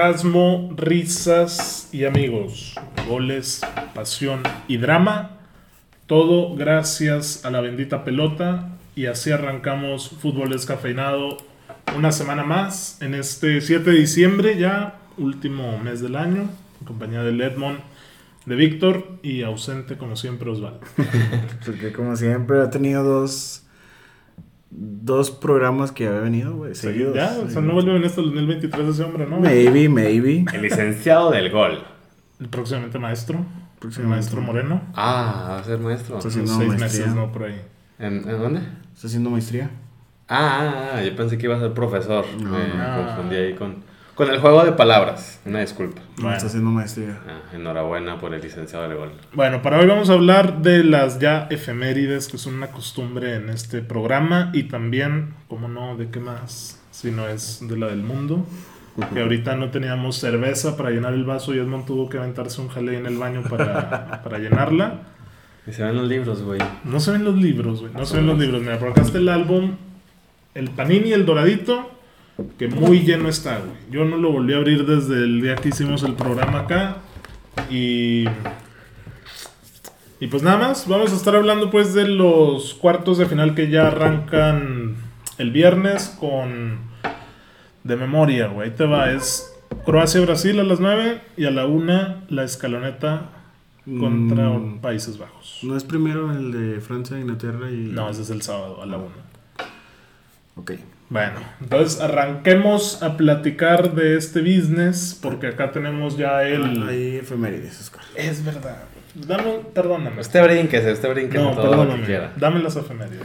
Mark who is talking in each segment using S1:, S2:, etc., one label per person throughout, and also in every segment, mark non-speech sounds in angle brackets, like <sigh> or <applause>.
S1: Sarcasmo, risas y amigos, goles, pasión y drama. Todo gracias a la bendita pelota y así arrancamos Fútbol Descafeinado una semana más en este 7 de diciembre ya, último mes del año, en compañía de Edmond, de Víctor y ausente como siempre Osvaldo.
S2: Porque como siempre ha tenido dos dos programas que había venido, güey, seguidos.
S1: Ya, o sea, no vuelve en este 2023 ese hombre, ¿no?
S2: Maybe, maybe.
S3: El licenciado del gol.
S1: Próximamente maestro, el
S2: Próximamente.
S1: maestro Moreno.
S3: Ah, va a ser maestro.
S2: Entonces-
S1: En
S2: Haciendo
S1: seis
S2: maestría.
S1: meses, ¿no? Por ahí.
S3: ¿En, en dónde?
S2: Está haciendo maestría.
S3: Ah, ah, ah, yo pensé que iba a ser profesor. Me
S1: no.
S3: confundí ahí con, con el juego de palabras. Una disculpa.
S2: No, Está haciendo maestría.
S3: Ah, enhorabuena por el licenciado del gol.
S1: Bueno, para hoy vamos a hablar de las ya efemérides, que son una costumbre en este programa, y también, como no, de qué más, si no es de la del mundo. Que ahorita no teníamos cerveza para llenar el vaso y Edmond tuvo que aventarse un jalé en el baño para, para llenarla.
S3: Y se ven los libros, güey.
S1: No se ven los libros, güey. No se ven los libros. Mira, por acá está el álbum, el Panini, el Doradito, que muy lleno está, güey. Yo no lo volví a abrir desde el día que hicimos el programa acá. Y. Y pues nada más, vamos a estar hablando pues de los cuartos de final que ya arrancan el viernes con. De memoria, güey. Ahí te va, es Croacia-Brasil a las 9 y a la 1 la escaloneta contra
S2: Mm.
S1: Países Bajos.
S2: ¿No es primero el de Francia, Inglaterra y...?
S1: No, ese es el sábado a la 1.
S2: Ok.
S1: Bueno, entonces arranquemos a platicar de este business porque acá tenemos ya el...
S2: Ah, Hay efemérides, Oscar.
S1: Ah, Es verdad. Este Dame, perdóname.
S3: Usted brínquese, usted brínquese
S1: no,
S3: todo lo que
S1: perdóname.
S3: quiera.
S1: Dame las efemérides.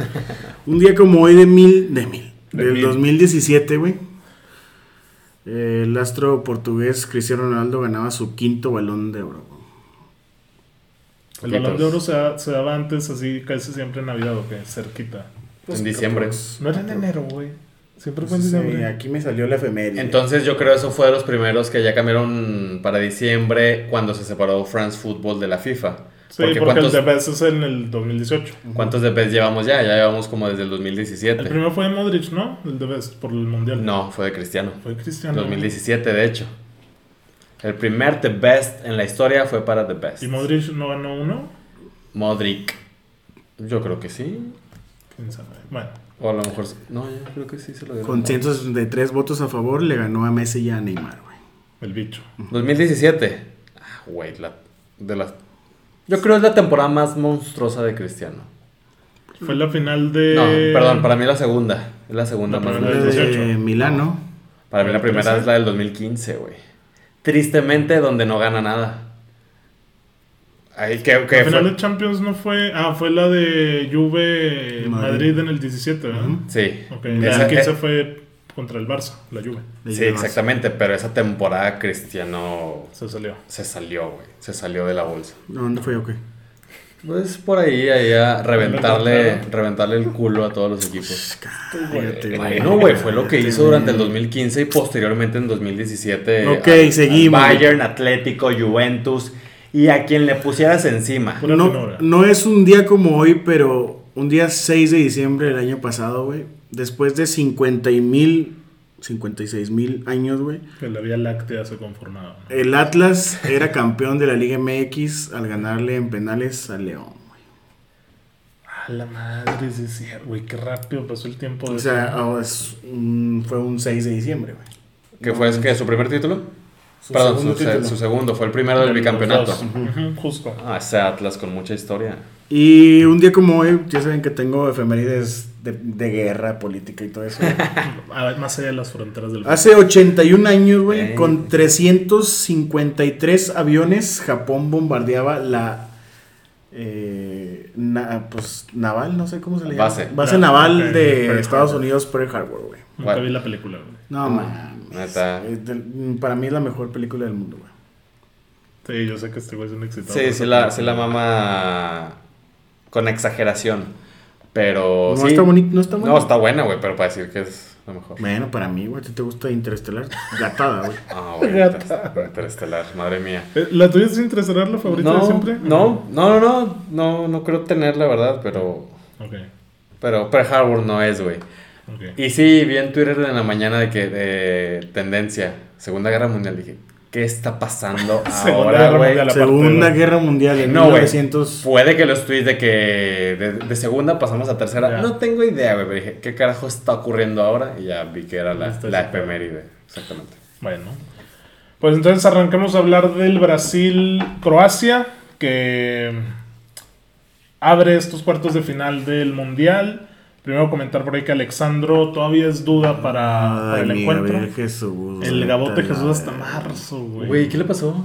S2: Un día como hoy de mil... De mil.
S1: De
S2: del
S1: mil.
S2: 2017, güey. eh, El astro portugués Cristiano Ronaldo ganaba su quinto balón de oro. güey.
S1: El balón de
S3: Poquitos.
S1: oro se, da- se daba antes, así casi siempre en Navidad o que cerquita.
S3: en diciembre.
S1: No era en enero, güey. Siempre fue en
S2: Sí,
S1: diciembre.
S2: aquí me salió la efeméride.
S3: Entonces yo creo eso fue de los primeros que ya cambiaron para diciembre cuando se separó France Football de la FIFA.
S1: sí, porque,
S3: ¿cuántos,
S1: el de Best es en el 2018.
S3: ¿cuántos de best llevamos ya? Ya llevamos como desde el
S1: El
S3: 2017.
S1: primero fue de Modric, ¿no? El de Best por el Mundial.
S3: No, fue de Cristiano.
S1: Fue Cristiano.
S3: 2017, de hecho. El primer The Best en la historia fue para The Best.
S1: ¿Y Modric no ganó uno?
S3: Modric. Yo creo que sí.
S1: ¿Quién sabe? Bueno.
S3: O a lo mejor. No, yo creo que sí se lo dieron.
S2: Con 163 votos a favor, le ganó a Messi y a Neymar, güey.
S1: El bicho.
S3: 2017. Ah, güey. La, de las. Yo creo es la temporada más monstruosa de Cristiano.
S1: Fue la final de.
S3: No, perdón, para mí la segunda. Es la
S1: Eh,
S3: segunda
S1: La
S3: más
S1: primera
S3: monstruosa.
S1: del
S2: de
S1: 18.
S2: Milano.
S3: Para mí la primera
S1: 13.
S3: es la del 2015, güey. Tristemente, donde no gana nada. Ay, que, que
S1: La final
S3: fue-
S1: de Champions no fue. Ah, fue la de Juve
S2: Madrid.
S1: Madrid en el 17, ¿verdad?
S2: Ujú.
S3: Sí.
S1: Ok,
S3: Esa-
S1: la del 15
S3: eh,
S1: fue contra el Barça, la Juve.
S2: Le
S3: sí,
S2: llevó a-
S3: exactamente, pero esa temporada Cristiano
S1: Se salió.
S3: se salió, güey. Se salió de la bolsa.
S2: No, ¿Dónde fue o qué?
S3: Pues por ahí, ahí a reventarle,
S1: Claro.
S3: reventarle el culo a todos los equipos.
S2: Cállate,
S3: Bueno, güey, fue lo que
S2: Este,
S3: hizo durante el 2015 y posteriormente en 2017.
S2: Ok,
S3: al- al
S2: seguimos.
S3: Bayern, Atlético, Juventus y a quien le pusieras encima.
S1: Una
S2: No,
S1: finura.
S2: no es un día como hoy, pero un día 6 de diciembre del año pasado, güey. Después de 50 y mil, 56 mil años, güey.
S1: Que la Vía Láctea se conformaba. ¿no?
S2: El
S3: <laughs>
S2: Atlas era campeón de la Liga MX al ganarle en penales al León. güey.
S1: A la madre, sí, sí, güey, qué rápido pasó el tiempo. de
S2: O sea, ahora es un- fue un 6 de diciembre, güey.
S3: ¿Qué fue? ¿Es que su primer título?
S2: Su
S3: Perdón,
S2: segundo
S3: su, se-
S2: título.
S3: su segundo, fue el primero del
S1: los
S3: bicampeonato.
S1: dos. Ujú, Justo.
S3: Ah, ese Atlas con mucha historia.
S2: Y un día como hoy, ya saben que tengo efemérides de, de guerra, política y todo
S3: <laughs>
S2: eso. güey.
S1: A ver, Ah, más allá de las fronteras
S3: Ah,
S1: del
S2: Hace 81 años, güey,
S3: Eh.
S2: con 353 aviones, Japón bombardeaba la eh, na- pues, naval, no sé cómo se le llama.
S3: Base. Ah,
S2: Base
S1: La-
S2: naval
S1: ok,
S2: de
S1: Pearl Harbor.
S2: Estados Unidos, Pearl Harbor, güey.
S1: Nunca
S3: ¿Cuál?
S1: vi la película, güey.
S2: No, man.
S3: Ah, Neta.
S2: para mí es la mejor película del mundo, güey.
S1: Sí, yo sé que este güey es un excitado.
S3: Sí, sí la, sí la mama con exageración. Pero.
S2: No
S3: Oh, sí.
S2: está bonito, no está
S3: No,
S2: bueno.
S3: está buena, güey, pero para decir que es lo mejor.
S2: Bueno, para mí, güey, ¿a ti te gusta Interestelar? Gatada,
S3: <laughs>
S2: güey.
S3: Ah, güey. Inter- Interestelar, madre mía.
S1: Eh, ¿La tuya es Interestelar la favorita de
S3: No,
S1: siempre?
S3: no, no, no, no, no, no creo tener la verdad, pero.
S1: Ok,
S3: Pero Pearl Harbor no es, güey.
S1: ok.
S3: Y sí, vi en Twitter en la mañana de que de tendencia. Segunda Guerra Mundial. Dije, ¿qué está pasando
S1: Segunda
S3: ahora,
S1: Guerra
S3: güey?
S1: Mundial, la
S2: Segunda
S1: parte,
S2: Guerra Mundial en
S3: No, güey.
S2: 1900.
S3: Puede que los tweets de que de, de segunda pasamos a tercera.
S1: Ya.
S3: No tengo idea, güey. Pero dije, ¿qué carajo está ocurriendo ahora? Y ya vi que era la,
S1: Está
S3: la
S1: chido.
S3: efeméride. Exactamente.
S1: Bueno. Pues entonces arrancamos a hablar del Brasil-Croacia, que abre estos cuartos de final del Mundial. Primero comentar por ahí que Alexandro todavía es duda para, para
S2: Ay,
S1: el
S2: mi
S1: encuentro.
S2: Gabriel Jesús.
S1: El gabote
S2: Vete a la
S1: Jesús hasta
S2: verga.
S1: marzo, güey.
S3: Güey, ¿qué le pasó?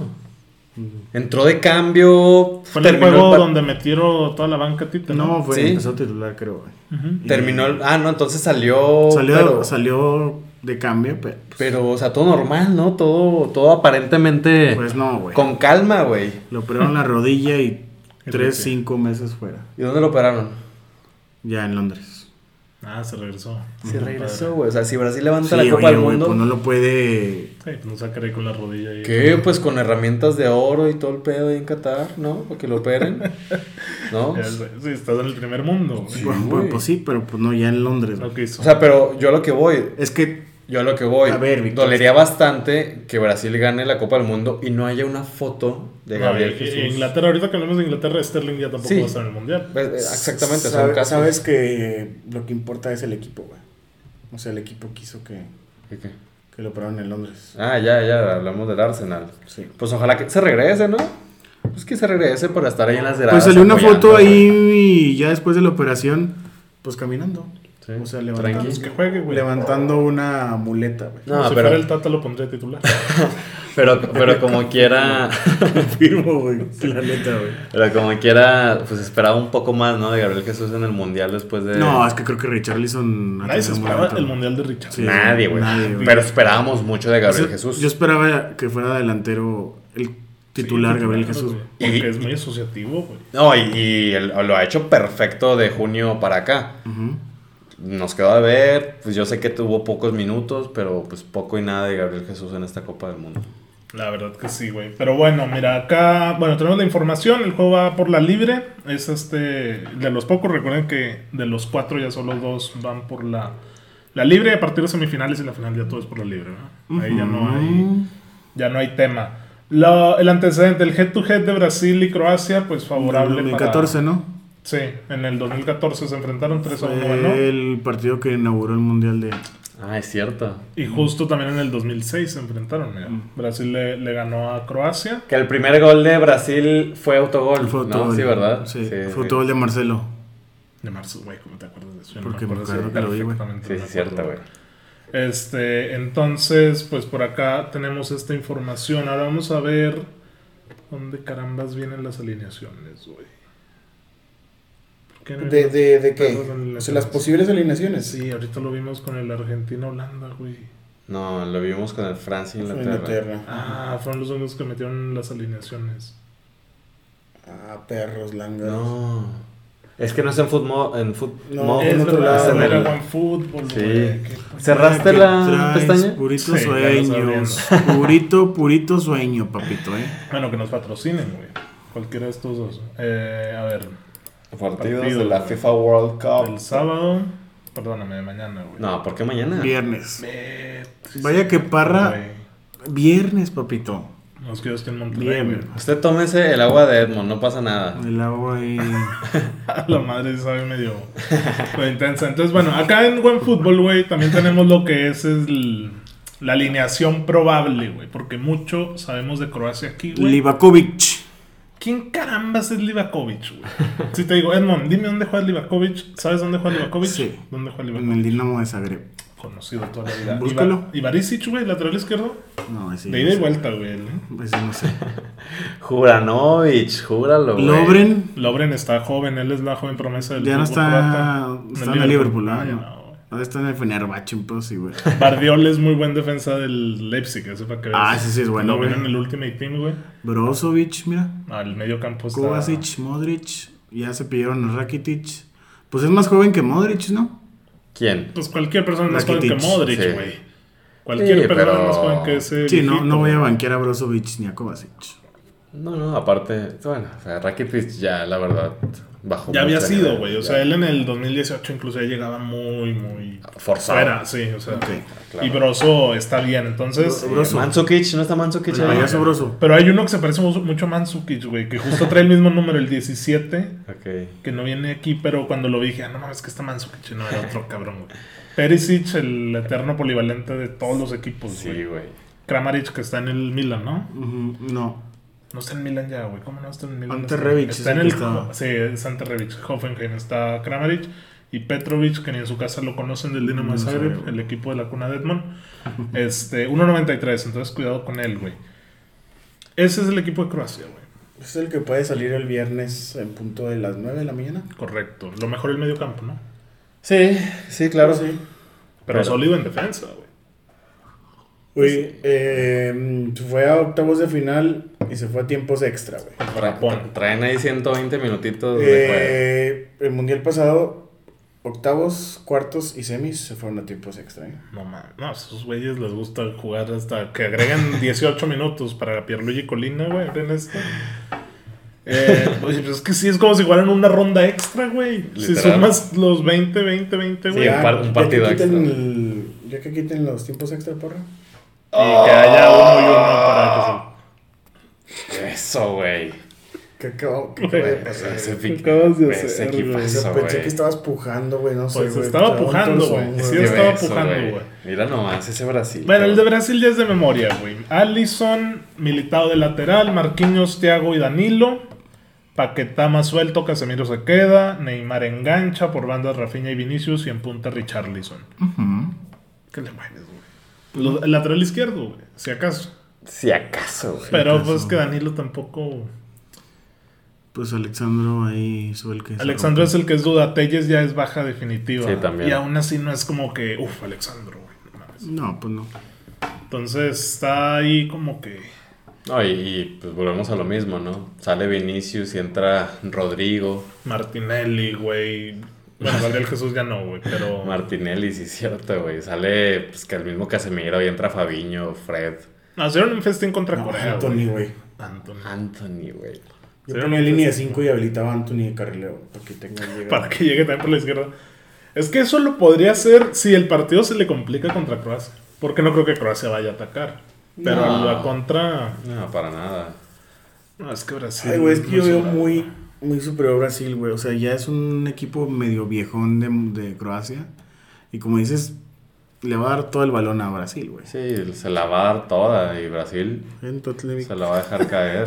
S3: Entró de cambio.
S1: Fue en el
S3: terminó
S1: juego
S3: par-
S1: donde metieron toda la banca Tite, ¿no?
S2: No, fue,
S3: Sí.
S2: empezó a titular, creo. güey.
S1: Ujú.
S2: Y-
S3: Terminó. el- Ah, no, entonces salió.
S2: Salió,
S3: pero,
S2: salió de cambio, pero.
S3: pero, o sea, todo normal, ¿no? Todo, todo aparentemente.
S2: Pues no, güey.
S3: con calma, güey.
S2: Lo operaron la rodilla y
S1: Qué
S2: tres,
S1: triste.
S2: cinco meses fuera.
S3: ¿Y dónde lo operaron?
S2: Ya en Londres.
S1: Ah, se regresó.
S3: Se
S1: Ujú, padre.
S3: regresó, güey. O sea, si Brasil levanta
S2: Sí,
S3: la Copa
S2: oye,
S3: del
S2: güey,
S3: Mundo.
S2: pues no lo puede.
S1: Sí, pues no se cree con la rodilla. ahí.
S3: ¿Qué? Pues con herramientas de oro y todo el pedo ahí en Qatar, ¿no? Para que lo
S1: <laughs>
S3: operen. ¿No?
S1: Ya sé, Sí, estás en el primer mundo. güey.
S3: Sí,
S2: Bueno,
S3: güey.
S2: pues, pues sí, pero pues no, ya en Londres.
S1: Lo
S2: güey.
S1: que hizo.
S3: O sea, pero yo a lo que voy,
S2: Es que
S3: yo a lo que voy,
S2: A ver, Víctor.
S3: dolería bastante que Brasil gane la Copa del Mundo y no haya una foto de
S1: No,
S3: Gabriel
S1: y- y
S3: Jesús.
S1: Inglaterra, ahorita que hablamos de Inglaterra, Sterling ya tampoco
S3: Sí.
S1: va a estar en el mundial.
S3: Pues, eh, Exactamente, son
S2: sabe-
S3: casos.
S2: Sabes que lo que importa es el equipo, güey. O sea, el equipo quiso que,
S3: ¿Qué, qué?
S2: que lo operaron en Londres.
S3: Ah, ya, ya, hablamos del Arsenal.
S2: Sí.
S3: Pues ojalá que se regrese, ¿no? Pues que se regrese para estar ahí en las gradas.
S2: Pues salió una
S3: apoyando,
S2: foto
S3: güey.
S2: ahí y ya después de la operación, pues caminando.
S3: Sí,
S2: O sea,
S1: Pues
S2: levantando,
S3: tranqui.
S1: que juegue, güey.
S2: levantando una muleta, güey.
S3: No,
S1: si
S3: pero,
S1: fuera el Tata lo pondría titular.
S2: Ah,
S3: pero, pero como quiera, <laughs>
S2: Firmo, güey. La neta, güey.
S3: pero como quiera, pues esperaba un poco más, ¿no? De Gabriel Jesús en el Mundial después de...
S2: No, es que creo que Richarlison. ha
S1: Nadie se
S2: tenido un
S1: esperaba
S2: momento,
S1: el
S2: ¿no?
S1: mundial de Richard.
S2: Sí.
S3: Nadie, güey.
S2: nadie, güey.
S3: Pero esperábamos mucho de Gabriel
S2: O sea,
S3: Jesús.
S2: Yo esperaba que fuera delantero el titular Gabriel Jesús.
S1: güey,
S3: Y-
S1: Porque es muy asociativo, güey.
S3: No, y, y el- lo ha hecho perfecto de junio para acá.
S2: Ujú.
S3: Nos quedó a ver, pues yo sé que tuvo pocos minutos, pero pues poco y nada de Gabriel Jesús en esta Copa del Mundo.
S1: La verdad que sí, güey. Pero bueno, mira, acá, bueno, tenemos la información. El juego va por la libre. Es este, de los pocos, recuerden que de los cuatro ya solo dos van por la, la libre. A partir de semifinales y la final ya todo es por la libre, ¿no? Ahí ya no hay, ya no hay tema. Lo- el antecedente, el head to head de Brasil y Croacia, pues favorable.
S2: En el
S1: para-
S2: 14, ¿no?
S1: Sí, en el 2014 se enfrentaron 3 a 1,
S2: Fue
S1: ganó.
S2: el partido que inauguró el Mundial de...
S3: Ah, es cierto.
S1: Y justo también en el 2006 se enfrentaron, mira.
S2: Mm.
S1: Brasil le, le ganó a Croacia.
S3: Que el primer gol de Brasil fue autogol.
S2: Fue
S3: ¿no?
S2: autogol.
S3: Sí, ¿verdad?
S2: Sí,
S3: sí,
S2: fue
S3: sí.
S2: autogol de Marcelo.
S1: De marzo, güey, ¿cómo te acuerdas de eso? Yo
S2: Porque
S1: me
S2: me
S1: acuerdo
S2: acuerdo que lo vi, güey.
S1: perfectamente,
S3: Sí,
S1: me
S3: sí, es
S1: acuerdo.
S3: cierto, güey.
S1: Este, entonces, pues por acá tenemos esta información. Ahora vamos a ver dónde carambas vienen las alineaciones, güey. ¿Por qué no hay más? O sea, las posibles
S2: alineaciones.
S1: Sí, ahorita lo vimos con el Argentina-Holanda, güey.
S3: No, lo vimos con el Francia e Inglaterra.
S1: Ah, fueron los únicos que metieron las alineaciones.
S2: Ah, perros, langas.
S3: No. Es que no es en fútbol. En fut-
S2: No,
S3: mo-
S2: Oh,
S1: es
S2: en otro
S1: verdad,
S2: lado.
S1: se
S3: en
S1: era
S3: el-
S1: OneFootball,
S3: Sí.
S1: güey, qué
S3: ¿Cerraste la
S2: Traes
S3: pestaña?
S2: Purito
S1: Sí, ya lo
S2: sueños. Purito,
S1: <laughs>
S2: purito sueño, papito, eh.
S1: Bueno, que nos patrocinen, güey. Cualquiera de estos dos. Eh, a ver,
S3: Partidos
S1: Partido,
S3: de la
S1: güey.
S3: FIFA World
S1: el
S2: Oh.
S3: Cup.
S1: sábado. Perdóname, de mañana, güey.
S3: No, ¿por qué mañana?
S2: Viernes.
S1: Eh,
S2: Vaya que parra.
S1: güey.
S2: Viernes, papito.
S1: Nos quedó que en Monterrey, güey.
S2: Bien.
S3: Usted tómese el agua de Edmond, no pasa nada.
S2: El agua ahí.
S1: A <laughs> la madre sí sabe medio, medio intensa. Entonces, bueno, acá en Buen Fútbol, güey, también tenemos lo que es el- la alineación probable, güey. Porque mucho sabemos de Croacia aquí, güey.
S2: Livakovic.
S1: ¿Quién carambas es Livakovic, güey? Si te digo, Edmond, dime dónde juega Livakovic. ¿Sabes dónde juega Livakovic?
S2: Sí.
S1: ¿Dónde juega
S2: En
S1: Livakovic?
S2: el Dinamo de Zagreb.
S1: Conocido toda la vida.
S2: Búscalo.
S1: ¿Y Barisic, güey, lateral izquierdo?
S2: No, ese.
S1: de ida y
S2: ese-
S1: vuelta, güey. ¿eh? ¿no?
S2: ese
S1: <laughs>
S2: no sé.
S3: Juranovich, júralo. güey.
S2: Lobren.
S1: Lobren está joven, él es la joven promesa del
S2: Ya no
S1: fútbol
S2: está.
S1: croata.
S2: Está en el Liverpool,
S1: Ah, ya
S2: ¿no?
S1: no, güey.
S2: Ahora está en el Fenerbahce, un pedo así, güey.
S1: Bardiol es muy buen defensa del Leipzig, eso para que
S2: Ah,
S1: veas.
S2: ese sí es bueno,
S1: Lo ven
S2: güey.
S1: en el Ultimate Team, güey.
S2: Brozovic, mira.
S1: Al medio campo está...
S2: Kovacic, Modric. Ya se pidieron a Rakitic. Pues es más joven que Modric, ¿no?
S3: ¿Quién?
S1: Pues cualquier persona es más joven que
S2: Rakitic.
S1: Modric,
S3: Sí.
S1: güey. Cualquier
S3: Sí,
S1: persona
S3: pero-
S1: es más joven que ese...
S2: Sí, no,
S1: viejito,
S2: no voy a
S1: güey.
S2: banquear a Brozovic ni a Kovacic.
S3: No, no, aparte, bueno, o sea, Rakitic ya, la verdad, Bajó
S1: Ya
S3: mucho
S1: había
S3: de
S1: sido,
S3: nivel,
S1: güey. O
S3: ya.
S1: sea, él en el 2018 incluso ya llegaba muy, muy
S3: Forzado.
S1: fuera, sí. O sea,
S2: Ok.
S1: Y Broso está bien, entonces.
S3: Sí,
S2: Broso.
S3: Mandzukic, no está Mansukic.
S1: No,
S2: Vaya
S1: ya.
S2: sobroso.
S1: Pero hay uno que se parece mu- mucho a Mansukic, güey, que justo trae el mismo número, el 17,
S3: Ok.
S1: que no viene aquí, pero cuando lo vi dije, ah, no mames, que está Mansukic, no, era otro cabrón, güey. Perisic, el eterno polivalente de todos los equipos,
S3: Sí,
S1: güey.
S3: güey.
S1: Kramaric, que está en el Milan, ¿no?
S2: Ujú, No.
S1: No está en Milan ya, güey. ¿Cómo no está en Milan?
S2: Ante
S1: No está-
S2: Rebic es
S1: Está en el.
S2: el que estaba.
S1: Sí, es Ante Rebic. Hoffenheim está Kramaric. Y Petrovic, que ni en su casa lo conocen del Dinamo de
S2: No sabe,
S1: Zagreb,
S2: güey.
S1: el equipo de la cuna de Edmond. Este, 1.93, entonces cuidado con él, güey. Ese es el equipo de Croacia, güey.
S2: Es el que puede salir el viernes en punto de las 9 de la mañana.
S1: Correcto. Lo mejor el medio campo, ¿no?
S3: Sí, sí, claro.
S2: sí.
S1: Pero,
S3: Pero-
S1: sólido en defensa, güey.
S2: Güey, eh, fue a octavos de final y se fue a tiempos extra, güey.
S1: Contra
S3: Tra-
S1: Japón.
S3: traen ahí 120 minutitos de
S2: Eh, el mundial pasado, octavos, cuartos y semis se fueron a tiempos extra. ¿eh?
S1: No mames. No, pues, esos güeyes les gusta jugar hasta que
S3: <laughs>
S1: agregan 18 minutos para Pierluigi Colina, güey. En esto. Eh, oye, pues es que sí, es como si jugaran una ronda extra, güey. Si
S3: Literal.
S1: sumas los 20, 20, 20, güey.
S3: Sí, un par- un
S2: ya que
S3: partido
S2: quiten
S3: extra.
S2: el- ya que quiten los tiempos extra, porra.
S1: Y
S3: Ah.
S1: que haya uno y uno para
S3: juego. Eso, güey.
S2: ¿Qué acabo- qué acabo de pasar,
S3: Ese
S2: güey?
S3: pic-
S1: acabas de
S3: güey, ese
S1: hacer, güey.
S2: O
S3: equipazo,
S2: sea,
S3: güey.
S2: pensé que estabas pujando, güey, no sé.
S1: Pues
S2: güey,
S1: estaba
S2: te daba un
S1: pujando,
S2: torzón,
S1: güey.
S3: Ese
S1: Sí, estaba
S3: beso,
S1: pujando,
S3: güey.
S1: güey.
S3: Mira nomás, ese Brasil.
S1: Bueno, el de
S3: cabrón.
S1: Brasil ya es de memoria, güey. Allison, militado de lateral, Marquinhos, Thiago y Danilo. Paquetá más suelto, Casemiro se queda. Neymar engancha por bandas Rafinha y Vinicius y en punta Richarlison. ¿Qué le mueves, güey? Lo- El lateral izquierdo, güey, si acaso.
S3: Si acaso, güey.
S1: Pero
S2: acaso.
S1: pues que Danilo tampoco.
S2: Pues Alexandro ahí hizo el que. se
S1: Alexandro es
S2: rompe.
S1: el que es duda. Telles ya es baja definitiva.
S3: Sí, también.
S1: Y aún así no es como que, uff, Alexandro, güey. no mames.
S2: No, pues no.
S1: Entonces está ahí como que.
S3: No, y, y, pues volvemos a lo mismo, ¿no? Sale Vinicius y entra Rodrigo,
S1: Martinelli, güey.
S3: <laughs>
S1: Bueno, Gabriel Jesús ya no, güey, pero.
S3: Martinelli, sí <laughs> es cierto, güey. Sale pues que el mismo Casemiro y entra Fabiño, Fred,
S1: No, Hicieron un festín contra
S2: No,
S1: Corea.
S2: Anthony, güey.
S1: Anthony.
S3: Anthony, güey.
S2: Yo
S1: Sí,
S2: ponía
S1: no,
S2: línea
S1: pues,
S2: 5 y habilitaba a Anthony de carrilero. Para que tenga llegada.
S1: Para que llegue también por la izquierda. Es que eso lo podría hacer si el partido se le complica contra Croacia. Porque no creo que Croacia vaya a atacar. Pero
S3: No.
S1: la contra.
S3: No, para nada.
S1: No, es que Brasil.
S2: Ay, güey, es que yo
S1: no
S2: veo
S1: una- <laughs>
S2: muy, muy superior a Brasil, güey. O sea, ya es un equipo medio viejón de, de Croacia. Y como dices, le va a dar todo el balón a Brasil, güey.
S3: Sí, se la va a dar toda y Brasil
S2: Entonces,
S3: se la va a
S2: <laughs>
S3: dejar caer.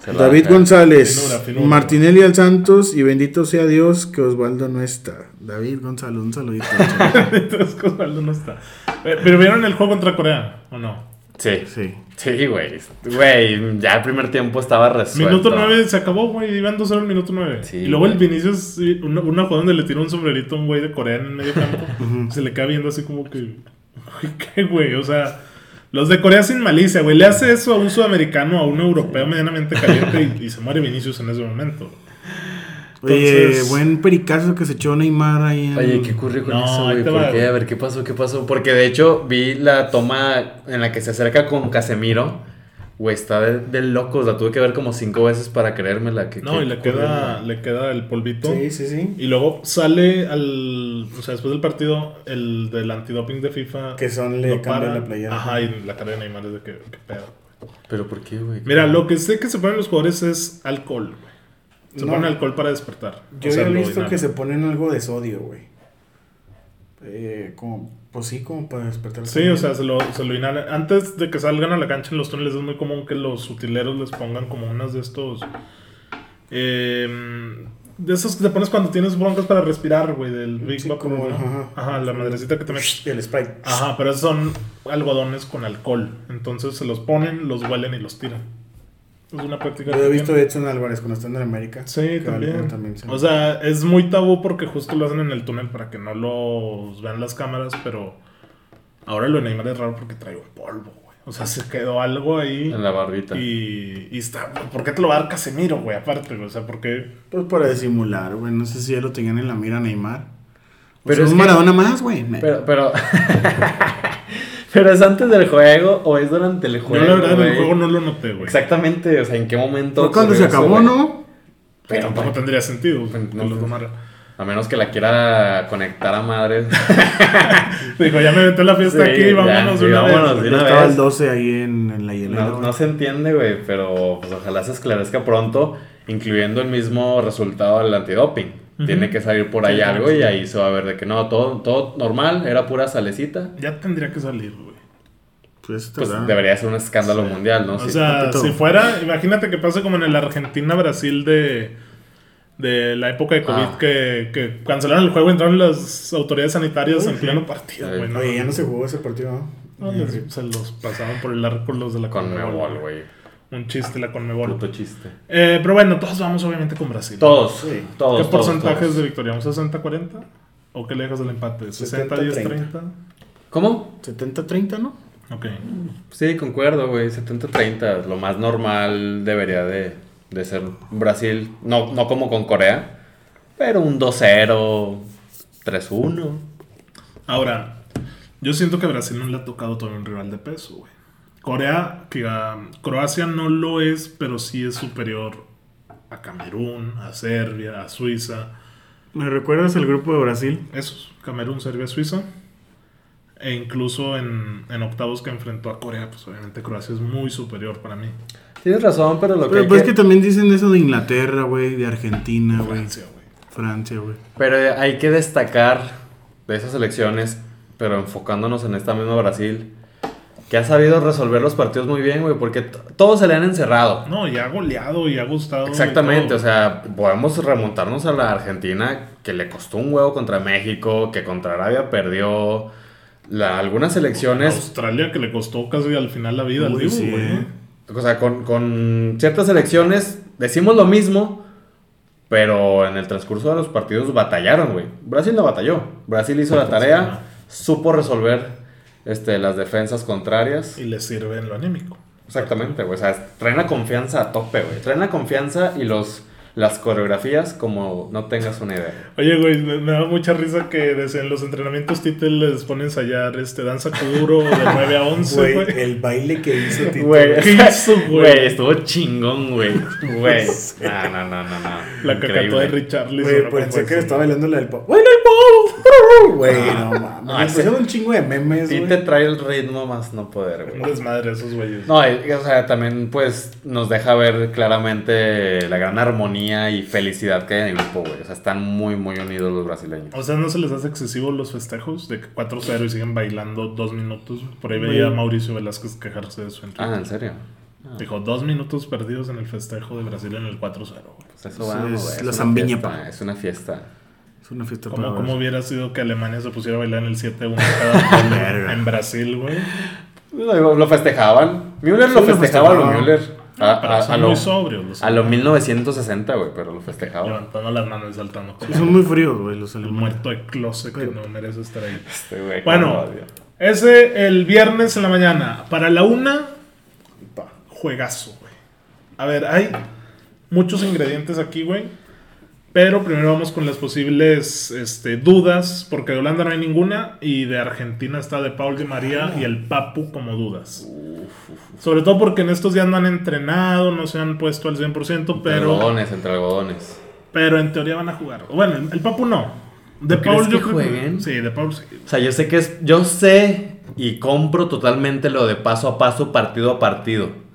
S3: Se la va a
S2: David
S3: dejar-
S2: González,
S1: Finura, finura.
S2: Martinelli al Santos y bendito sea Dios que Osvaldo no está. David González, un saludito.
S1: <laughs> Entonces, Osvaldo no está. Eh, Pero vieron el juego contra Corea, ¿o no?
S3: Sí,
S2: sí.
S3: sí, güey. Güey, ya el primer tiempo estaba resuelto.
S1: Minuto 9 se acabó, güey. Iban 2-0 el minuto 9.
S3: Sí,
S1: y luego el
S3: güey.
S1: Vinicius, sí, una, una jugada donde le tiró un sombrerito a un güey de Corea en el medio <laughs> campo. se le queda viendo así como que. "Güey, ¿Qué, güey? O sea, los de Corea sin malicia, güey. Le hace eso a un sudamericano, a un europeo medianamente caliente y, y se muere Vinicius en ese momento.
S2: Oye,
S1: Entonces-
S2: buen pericazo que se echó Neymar ahí en...
S3: Oye, ¿qué ocurrió con
S1: No,
S3: eso,
S1: ahí
S3: güey?
S1: te
S3: ¿Por
S1: va,
S3: qué?
S1: güey.
S3: A ver, ¿qué pasó? ¿Qué pasó? Porque de hecho vi la toma en la que se acerca con Casemiro. Güey, está de, de locos. La tuve que ver como cinco veces para creérmela. Que,
S1: No,
S3: que
S1: y le
S3: ocurrió,
S1: queda,
S3: güey.
S1: le queda el polvito.
S2: Sí, sí, sí.
S1: Y luego sale al. O sea, después del partido, el del antidoping de FIFA.
S2: Que son, le
S1: lo
S2: cambian
S1: para.
S2: la playera.
S1: Ajá, y la cara de Neymar es de que, qué pedo.
S3: ¿Pero por qué, güey?
S1: Mira, lo que sé que se ponen los jugadores es alcohol, güey. Se
S2: No.
S1: ponen alcohol para despertar. O
S2: Yo
S1: sea,
S2: había
S1: lo
S2: visto
S1: dinámico.
S2: que se ponen algo de sodio, güey. Eh, como, pues sí, como para despertar.
S1: Sí, o sea, se lo, se lo inhalan. Antes de que salgan a la cancha en los túneles es muy común que los utileros les pongan como unas de estos... eh, de esos que te pones cuando tienes broncas para respirar, güey, del Big
S2: Sí,
S1: Vapor,
S2: como-
S1: ¿no?
S2: ajá.
S1: Ajá, la madrecita que te metes.
S2: el Sprite.
S1: Ajá, pero esos son algodones con alcohol. Entonces se los ponen, los huelen y los tiran. Es una práctica.
S2: Yo
S1: que
S2: he visto
S1: tienen.
S2: a Edson Álvarez cuando está en América.
S1: Sí,
S2: Que
S1: también.
S2: algo también se-
S1: O sea, es muy tabú porque justo lo hacen en el túnel para que no los vean las cámaras, pero ahora lo de Neymar es raro porque trae un polvo, güey. O sea, se quedó algo ahí
S3: En la barbita.
S1: y, y está... ¿Por qué te lo va a dar Casemiro, güey? Aparte, güey. O sea, porque...
S2: Pues para disimular, güey. No sé si ya lo tenían en la mira Neymar.
S3: Pero
S2: Pero
S3: es
S2: es un
S3: que-
S2: Maradona más, güey.
S1: <laughs>
S3: Pero, pero... ¿Pero es antes del juego o es durante el
S1: Yo
S3: juego,
S1: la verdad en
S3: güey?
S1: el juego no lo noté, güey.
S3: Exactamente, o sea, ¿en qué momento?
S2: Fue cuando se
S3: ocurrió eso,
S2: acabó,
S3: güey?
S2: ¿no?
S1: Pero
S3: Pero,
S1: tampoco
S3: güey,
S1: tendría sentido
S3: Pues,
S1: que
S3: no,
S1: lo
S3: pues.
S1: tomara.
S3: a menos que la quiera conectar a madres.
S1: Dijo, ya me metió la fiesta
S3: Sí,
S1: aquí,
S3: ya,
S1: vámonos
S3: sí,
S1: de una vez.
S3: vámonos.
S2: Yo
S3: una
S2: estaba
S3: vez.
S2: el 12 ahí en, en la hielera.
S3: No,
S2: güey.
S3: no se entiende, güey, pero pues ojalá se esclarezca pronto, incluyendo el mismo resultado del antidoping.
S1: Ujú.
S3: Tiene que salir por ahí
S1: Sí,
S3: algo
S1: sí.
S3: y ahí se va a ver de que no, todo, todo normal, era pura salecita.
S1: Ya tendría que salir, güey.
S2: Pues, te
S3: Pues
S2: da-
S3: debería ser un escándalo mundial, ¿no?
S1: O
S3: Sí.
S1: sea,
S2: poquito.
S1: si fuera, imagínate que pase como en el Argentina-Brasil de, de la época de COVID,
S3: Ah.
S1: que, que cancelaron el juego y entraron las autoridades sanitarias en pleno partido,
S3: Sí.
S1: güey.
S4: Oye, ya no se jugó ese partido, ¿no? pues,
S1: No, les- se los pasaban por el arco los de la
S3: con Mebol,
S1: Conmebol,
S3: güey.
S1: Un chiste la Conmebol.
S3: Puto chiste.
S1: Eh, pero bueno, todos vamos obviamente con Brasil.
S3: Todos,
S4: Sí.
S1: ¿Qué
S3: todos. todos,
S1: porcentajes
S3: todos.
S1: de victoria? ¿Un 60-40? ¿O qué le dejas del empate? ¿60, 10, 30?
S4: 70-30.
S3: ¿Cómo?
S2: 70-30, ¿no?
S1: Ok.
S3: Sí, concuerdo, güey. 70-30. Lo más normal debería de, de ser Brasil. No, no como con Corea, pero un 2-0, 3-1.
S1: Ahora, yo siento que Brasil no le ha tocado todavía un rival de peso, güey. Corea, que um, Croacia no lo es, pero sí es superior a Camerún, a Serbia, a Suiza.
S2: ¿Me recuerdas el grupo de Brasil?
S1: Esos, Camerún, Serbia, Suiza. E incluso en, en octavos que enfrentó a Corea, pues obviamente Croacia es muy superior para mí.
S3: Tienes razón, pero lo que.
S2: Pero
S3: hay
S2: pues es
S3: que-
S2: que también dicen eso de Inglaterra, güey, de Argentina, güey,
S1: Francia, güey.
S2: Francia, güey.
S3: Pero hay que destacar de esas elecciones, pero enfocándonos en esta misma Brasil, que ha sabido resolver los partidos muy bien, güey, porque t- todos se le han encerrado.
S1: No, y ha goleado y ha gustado. y
S3: Exactamente,
S1: todo.
S3: o sea, podemos remontarnos a la Argentina que le costó un huevo contra México, que contra Arabia perdió. La- algunas elecciones,
S1: Australia que le costó casi al final la vida al
S2: Uy,
S1: Dibu,
S2: sí,
S1: güey,
S2: eh.
S3: o sea, con, con ciertas elecciones decimos lo mismo, pero en el transcurso de los partidos batallaron, güey. Brasil no batalló, Brasil hizo la tarea, supo resolver este, las defensas contrarias.
S1: Y le sirve en lo anímico.
S3: Exactamente, güey, o sea, traen la confianza a tope, güey. Traen la confianza y los, las coreografías como no tengas una idea.
S1: Oye, güey, me, me da mucha risa que desde en los entrenamientos Tite les pone a ensayar este danza kuduro
S3: <laughs>
S1: de 9 a 11,
S4: Güey,
S1: güey.
S4: el baile que hizo Tito.
S3: Güey,
S1: ¿Qué hizo, güey?
S3: Güey, estuvo chingón, güey. <laughs> Güey. No, no, no, no, no.
S1: La cacatúa de
S3: Increíble.
S1: Richarlison.
S4: Güey,
S1: ¿no?
S4: pensé
S1: Como
S4: que le
S1: así.
S4: estaba bailando la del pop. ¡Baila el pop! <laughs> Güey, no mames.
S3: Ah,
S4: Me pusieron un chingo de memes,
S3: Sí
S4: güey.
S3: te trae el ritmo más no poder,
S1: Un
S3: güey.
S1: desmadre esos güeyes.
S3: No, y- o sea, también pues nos deja ver claramente la gran armonía y felicidad que hay en el grupo, güey. O sea, están muy, muy unidos los brasileños.
S1: O sea, ¿no se les hace excesivo los festejos de que 4-0 y siguen bailando dos minutos? Por ahí veía a
S2: Güey.
S1: Mauricio Velázquez quejarse de su
S3: Ah,
S1: entrevista.
S3: ¿en serio? Ah,
S1: Dijo, dos minutos perdidos en el festejo de Brasil en el 4-0, güey.
S3: pues eso vamos,
S2: es
S3: güey. Es
S2: la
S3: una
S2: zambiña,
S3: fiesta,
S2: pa.
S3: Es una fiesta.
S2: Es una fiesta para
S1: Como, como
S2: Brasil.
S1: hubiera sido que Alemania se pusiera a bailar en el 7-1
S3: <laughs>
S1: cada uno
S2: Verga.
S1: en Brasil, güey.
S3: Lo lo festejaban. Müller lo
S2: Sí, lo Ah,
S3: festejaba a lo
S2: festejaban.
S3: Müller. A,
S1: Pero
S3: a- a
S1: son
S3: lo,
S1: muy sobrios. los-
S3: a lo 1960, güey, pero lo festejaban.
S1: Levantando pues, las manos y saltando.
S2: Son muy fríos, güey, los
S1: El
S2: alemanes.
S1: muerto de closet que
S2: Pero-
S1: no merece estar ahí.
S3: Este, güey,
S1: Bueno.
S3: cómo lo odio.
S1: Ese el viernes en la mañana. Para la una,
S4: Pa.
S1: juegazo, güey. A ver, hay muchos ingredientes aquí, güey. Pero primero vamos con las posibles este, dudas, porque de Holanda no hay ninguna y de Argentina está de Paul Di María y el Papu como dudas. Sobre todo porque en estos días no han entrenado, no se han puesto al 100%,
S3: Entre
S1: pero,
S3: algodones, entre algodones.
S1: pero en teoría van a jugar. Bueno, el- el Papu no. De
S3: ¿Tú crees
S1: Paul
S3: que
S1: yo creo que-
S3: jueguen?
S1: Sí, de Paul sí.
S3: O sea, yo sé que es. Yo sé y compro totalmente lo de paso a paso, partido a partido.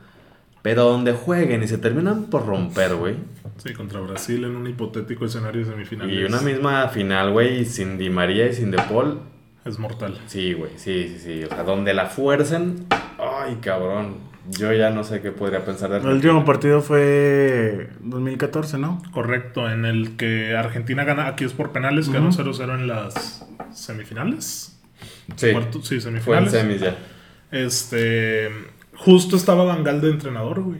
S3: Pero donde jueguen y se terminan por romper, güey.
S1: Sí, contra Brasil en un hipotético escenario de semifinales.
S3: Y una misma final, güey, y sin Di María y sin De Paul.
S1: Es mortal.
S3: Sí, güey, sí, sí, sí. O sea, donde la fuercen. Ay, cabrón. Yo ya no sé qué podría pensar de
S2: El último partido fue 2014, ¿no?
S1: Correcto, en el que Argentina gana, aquí es por penales, ganó 0-0 en las semifinales.
S3: Sí,
S1: Cuarto- sí,
S3: fue en
S1: semifinales.
S3: semis ya.
S1: Este, justo estaba Bangal de entrenador, güey,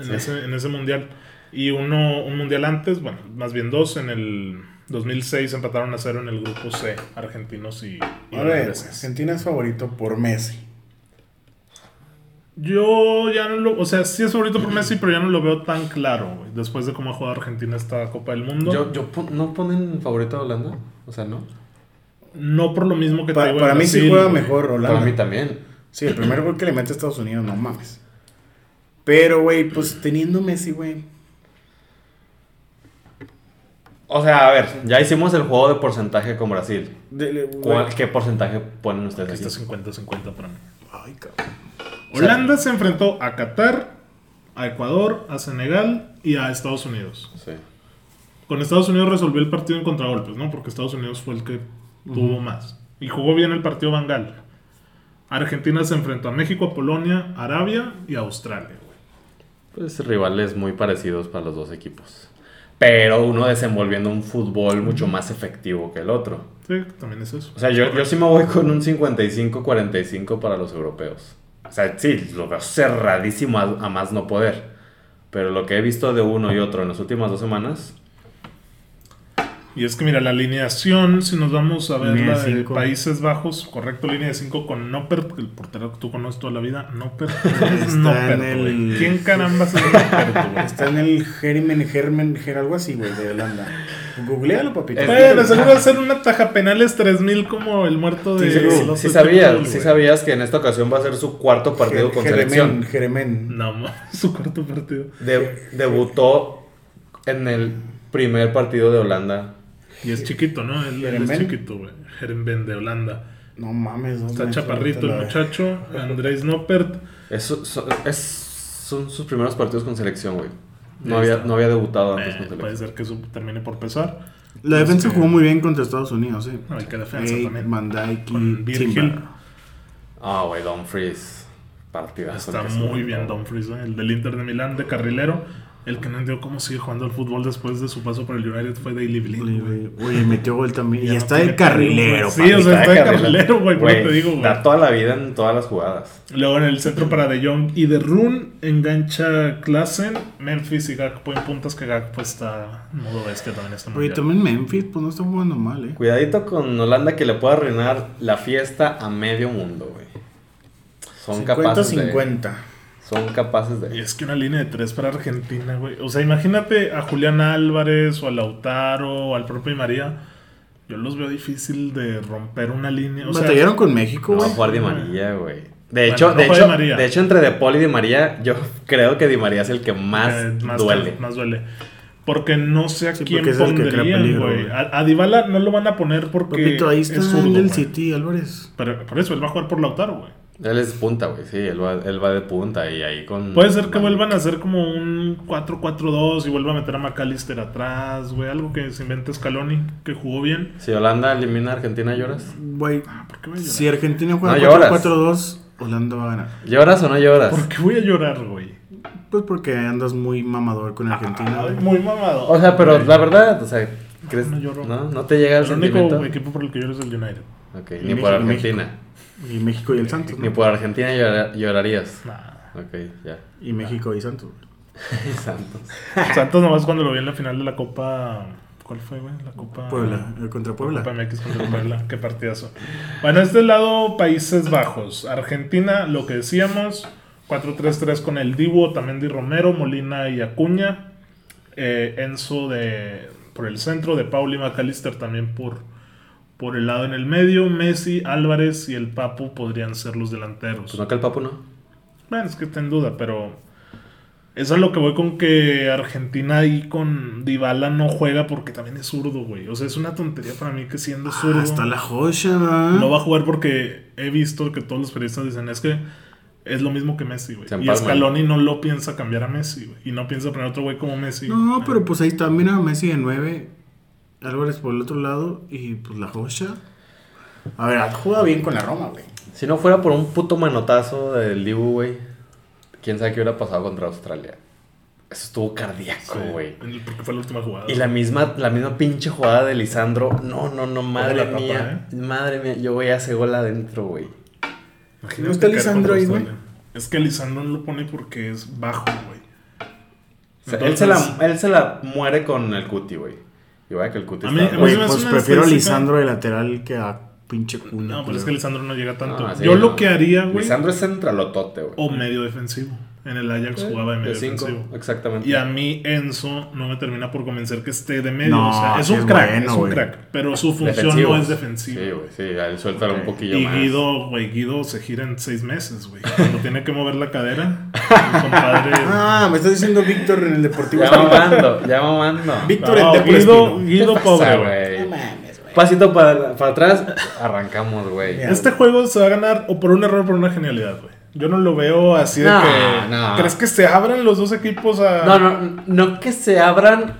S1: en,
S3: Sí.
S1: ese, en ese mundial. Y uno, un mundial antes, bueno, más bien dos, en el 2006 empataron a cero en el grupo C, argentinos y, y
S4: A ver,
S1: holandeses.
S4: Argentina es favorito por Messi.
S1: Yo ya no lo. O sea, sí es favorito por Messi, pero ya no lo veo tan claro, güey. Después de cómo ha jugado Argentina esta Copa del Mundo.
S3: Yo, yo pon- ¿No ponen favorito a Holanda? O sea, no.
S1: no por lo mismo que
S4: Pa-
S1: te digo en
S4: para mí sí
S1: Brasil,
S4: juega
S1: güey.
S4: mejor
S3: Para mí
S4: Holanda.
S3: también.
S4: Sí, el primer gol que le mete a Estados Unidos, no mames. Pero, güey, pues teniendo Messi, güey.
S3: O sea, a ver, ya hicimos el juego de porcentaje con Brasil.
S2: De- de- güey.
S3: ¿Cuál- ¿Qué porcentaje ponen ustedes
S1: Aquí
S3: aquí?
S1: está 50-50 para mí.
S2: Ay, cabrón.
S1: Holanda se enfrentó a Qatar, a Ecuador, a Senegal y a Estados Unidos.
S3: Sí.
S1: Con Estados Unidos resolvió el partido en contragolpes, ¿no? Porque Estados Unidos fue el que tuvo más. Y jugó bien el partido Bangal. Argentina se enfrentó a México, a Polonia, Arabia y a Australia, güey.
S3: Pues rivales muy parecidos para los dos equipos. Pero uno desenvolviendo un fútbol mucho más efectivo que el otro.
S1: Sí, también es eso.
S3: O sea, yo, yo sí me voy con un 55-45 para los europeos. O sea, sí, lo veo cerradísimo a, a más no poder. Pero lo que he visto de uno y otro en las últimas dos semanas,
S1: Y es que mira, la alineación, si nos vamos a ver
S2: Línea
S1: la
S2: de
S1: de
S2: cinco.
S1: Países Bajos, correcto, línea de 5 con Noppert, el portero que tú conoces toda la vida, Noppert.
S2: <laughs> Está
S1: es
S2: en
S1: Noppert,
S2: el-
S1: güey. ¿Quién caramba
S2: <laughs>
S1: se Noppert, güey?
S2: Está en el Germen, Germen, Ger, algo así, güey, de Holanda. Googlealo, papito.
S3: Es-
S1: Bueno, seguro va a ser una taja penales 3000 como el muerto de.
S2: Sí, seguro.
S1: Zlatan
S3: sí sabías,
S1: Ibrahimovic,
S3: sí
S1: güey.
S3: sabías que en esta ocasión va a ser su cuarto partido con
S2: Germen,
S3: selección.
S2: Germen.
S1: No, ma, <laughs> su cuarto partido.
S3: De- debutó en el primer partido de Holanda.
S1: Y es chiquito, ¿no? Él, él es
S2: Jeremel.
S1: chiquito, güey. Jeremben de Holanda.
S2: No mames, no
S1: Está
S2: mames,
S1: chaparrito
S2: ahorita
S1: el
S2: la-
S1: muchacho.
S2: <laughs>
S1: Andrés Noppert.
S3: Es, su- su- es- son sus primeros partidos con selección, güey. No
S1: Ahí
S3: había,
S1: está.
S3: no había
S2: Ah,
S3: debutado antes
S2: pues,
S1: Eh,
S3: con
S1: puede
S3: selección.
S1: ser que eso termine por pesar.
S2: La defensa jugó muy bien contra Estados Unidos, sí.
S1: No, y que Ah, defensa
S2: Ey,
S1: también.
S2: Van Dijk
S1: Con
S2: y
S1: Virgil.
S2: Timba.
S3: Ah, güey, Dumfries. Partidazo.
S1: Está
S3: que se
S1: muy
S3: aventó.
S1: bien Dumfries, ¿eh? el del Inter de Milán, de carrilero. El que no entendió cómo sigue jugando al fútbol después de su paso por el United fue Daily Blind, güey.
S2: Oye, metió gol
S1: <laughs>
S2: también.
S1: Ya
S2: Y
S1: no
S2: está de
S1: tiene
S2: carrilero,
S1: pedo, güey. Sí,
S2: papi.
S1: o sea, está de
S3: carrilero.
S1: carrilero, güey, ¿cómo te digo, güey?
S3: Está toda la vida en todas las jugadas.
S1: Luego en el centro para De Jong y De Run engancha Klassen, Memphis y Gakpo en puntas que Gakpo está en modo bestia también este está muy
S2: Oye, también Memphis, pues no está jugando mal, eh.
S3: Cuidadito con Holanda que le puede arruinar la fiesta a medio mundo, güey. Son capaces de.
S2: 50-50.
S3: Son capaces
S1: Y
S3: de.
S1: es que una línea de tres para Argentina, güey. O sea, imagínate a Julián Álvarez o a Lautaro o al propio Di María. Yo los veo difícil de romper una línea. O sea,
S2: Batallaron con México,
S3: No va a
S2: güey.
S3: jugar Di
S1: güey.
S3: María, güey. De
S1: Bueno,
S3: hecho,
S1: no
S3: de,
S1: juega
S3: hecho
S1: Di María.
S3: de hecho, entre De Paul y Di María, yo creo que Di María es el que más,
S1: eh,
S3: duele.
S1: Más duele. Porque no sé a
S2: Sí,
S1: quién
S2: porque es el que crea
S1: pondrían,
S2: peligro,
S1: güey.
S2: güey.
S1: A, a Dybala no lo van a poner porque
S2: Papito, ahí está
S1: es zurdo,
S2: el del
S1: güey.
S2: City, Álvarez.
S1: Pero por eso, él va a jugar por Lautaro, güey.
S3: Él es punta, güey, sí, él va, él va de punta y ahí con...
S1: Puede ser que vuelvan a hacer como un 4-4-2 y vuelva a meter a McAllister atrás, güey. Algo que se invente Scaloni, que jugó bien. Ah,
S3: Si Holanda elimina a Argentina, ¿lloras?
S2: Güey,
S1: ¿Por qué voy a llorar?
S2: si Argentina juega
S3: No lloras.
S2: 4-4-2, Holanda va a ganar.
S3: ¿Lloras o no lloras?
S1: ¿Por qué voy a llorar, güey?
S2: Pues porque andas muy mamador con Argentina.
S1: Ay,
S2: güey.
S1: Ah, Muy mamado.
S3: Ah, O sea, pero la verdad, o sea, ¿crees?
S1: No, no lloro.
S3: No, no te llega el
S1: el único
S3: sentimiento.
S1: equipo por el que lloro es el United.
S3: Ok,
S2: Y
S3: ni
S2: México,
S3: por
S2: y
S3: Argentina.
S2: Y México y el Santos,
S3: Ni
S2: ¿no?
S3: por Argentina llora- llorarías.
S1: Nah. <laughs>
S3: Ok, ya. <laughs>
S2: Y México y Santos. güey.
S3: Santos.
S1: Santos nomás cuando lo vi en la final de la Copa. ¿Cuál fue, güey? La Copa.
S2: Puebla, eh, contra Puebla.
S1: Copa MX contra el Ah. Puebla. Qué partidazo. Bueno, este lado, Países Bajos. Argentina, lo que decíamos. 4-3-3 con el Divo, también Di Romero, Molina y Acuña. Eh, Enzo de, por el centro, de Pauli McAllister también por, por el lado en el medio. Messi, Álvarez y el Papu podrían ser los delanteros.
S3: Pues no que el papu no.
S1: Bueno, es que está en duda, pero eso es lo que voy con que Argentina ahí con Dybala no juega porque también es zurdo, güey. O sea, es una tontería para mí que siendo zurdo
S2: Ah, está la joya, ¿verdad?
S1: no va a jugar porque he visto que todos los periodistas dicen es que es lo mismo que Messi, güey.
S3: Se
S1: Y
S3: empalman.
S1: Scaloni no lo piensa cambiar a Messi, güey. Y no piensa poner otro güey como Messi.
S2: No,
S1: Eh,
S2: pero pues ahí está, mira, Messi de 9, Álvarez por el otro lado y pues la Joya. A ver, juega bien con la Roma, güey.
S3: Si no fuera por un puto manotazo del Dibu, güey, quién sabe qué hubiera pasado contra Australia. Eso estuvo cardíaco,
S1: sí,
S3: güey.
S1: Porque fue la última jugada.
S3: Y la misma, la misma pinche jugada de Lisandro. No, no, no, madre
S1: la tapa,
S3: mía. Madre mía, yo voy a ese gol adentro, güey.
S1: Imagínate
S2: ¿No está
S1: caer contra
S2: Lisandro ahí, güey?
S1: Australia. Es que Lisandro no lo pone porque es bajo, güey.
S3: O sea, él,
S1: Entonces-
S3: se la, él se la muere con el cuti, güey. Y vaya que el cuti
S1: A
S3: está-
S1: mí- a mí
S2: Güey,
S1: se me hace
S2: pues
S1: una pues,
S2: prefiero a
S1: estadística-
S2: Lisandro de lateral que a pinche cuña.
S1: No, pero es que Lisandro no llega tanto.
S3: pues No, sí,
S1: Yo
S3: no.
S1: lo que haría, güey.
S3: Lisandro es centralotote, güey.
S1: O medio defensivo. En el Ajax jugaba de medio
S3: De cinco,
S1: defensivo.
S3: exactamente.
S1: Y a mí Enzo no me termina por convencer que esté de medio.
S2: No,
S1: o sea, es
S2: sí
S1: un
S2: es
S1: crack,
S2: bueno,
S1: es un
S2: güey.
S1: crack. Pero su función
S3: Defensivo.
S1: no es defensiva.
S3: Sí, güey, sí, a él suéltalo
S2: Ok.
S3: un poquillo
S1: Y
S3: más.
S1: Guido, güey, Guido se gira en seis meses, güey. Cuando tiene que mover la cadera, el compadre.
S2: Ah, me estás diciendo Víctor en el Deportivo
S3: Ya
S2: Estampa.
S3: mamando, ya mamando.
S2: Víctor
S1: No,
S2: en Deportivo.
S1: Guido,
S2: Espino.
S1: Guido
S3: ¿Qué pasa,
S1: pobre. güey.
S3: güey?
S4: No mames, güey.
S3: Pasito para, para atrás, arrancamos, güey.
S2: Mira,
S1: Este juego se va a ganar o por un error o por una genialidad, güey. Yo no lo veo así de
S3: No,
S1: que.
S3: no.
S1: ¿Crees que se abran los dos equipos a.?
S3: No, no, no que se abran,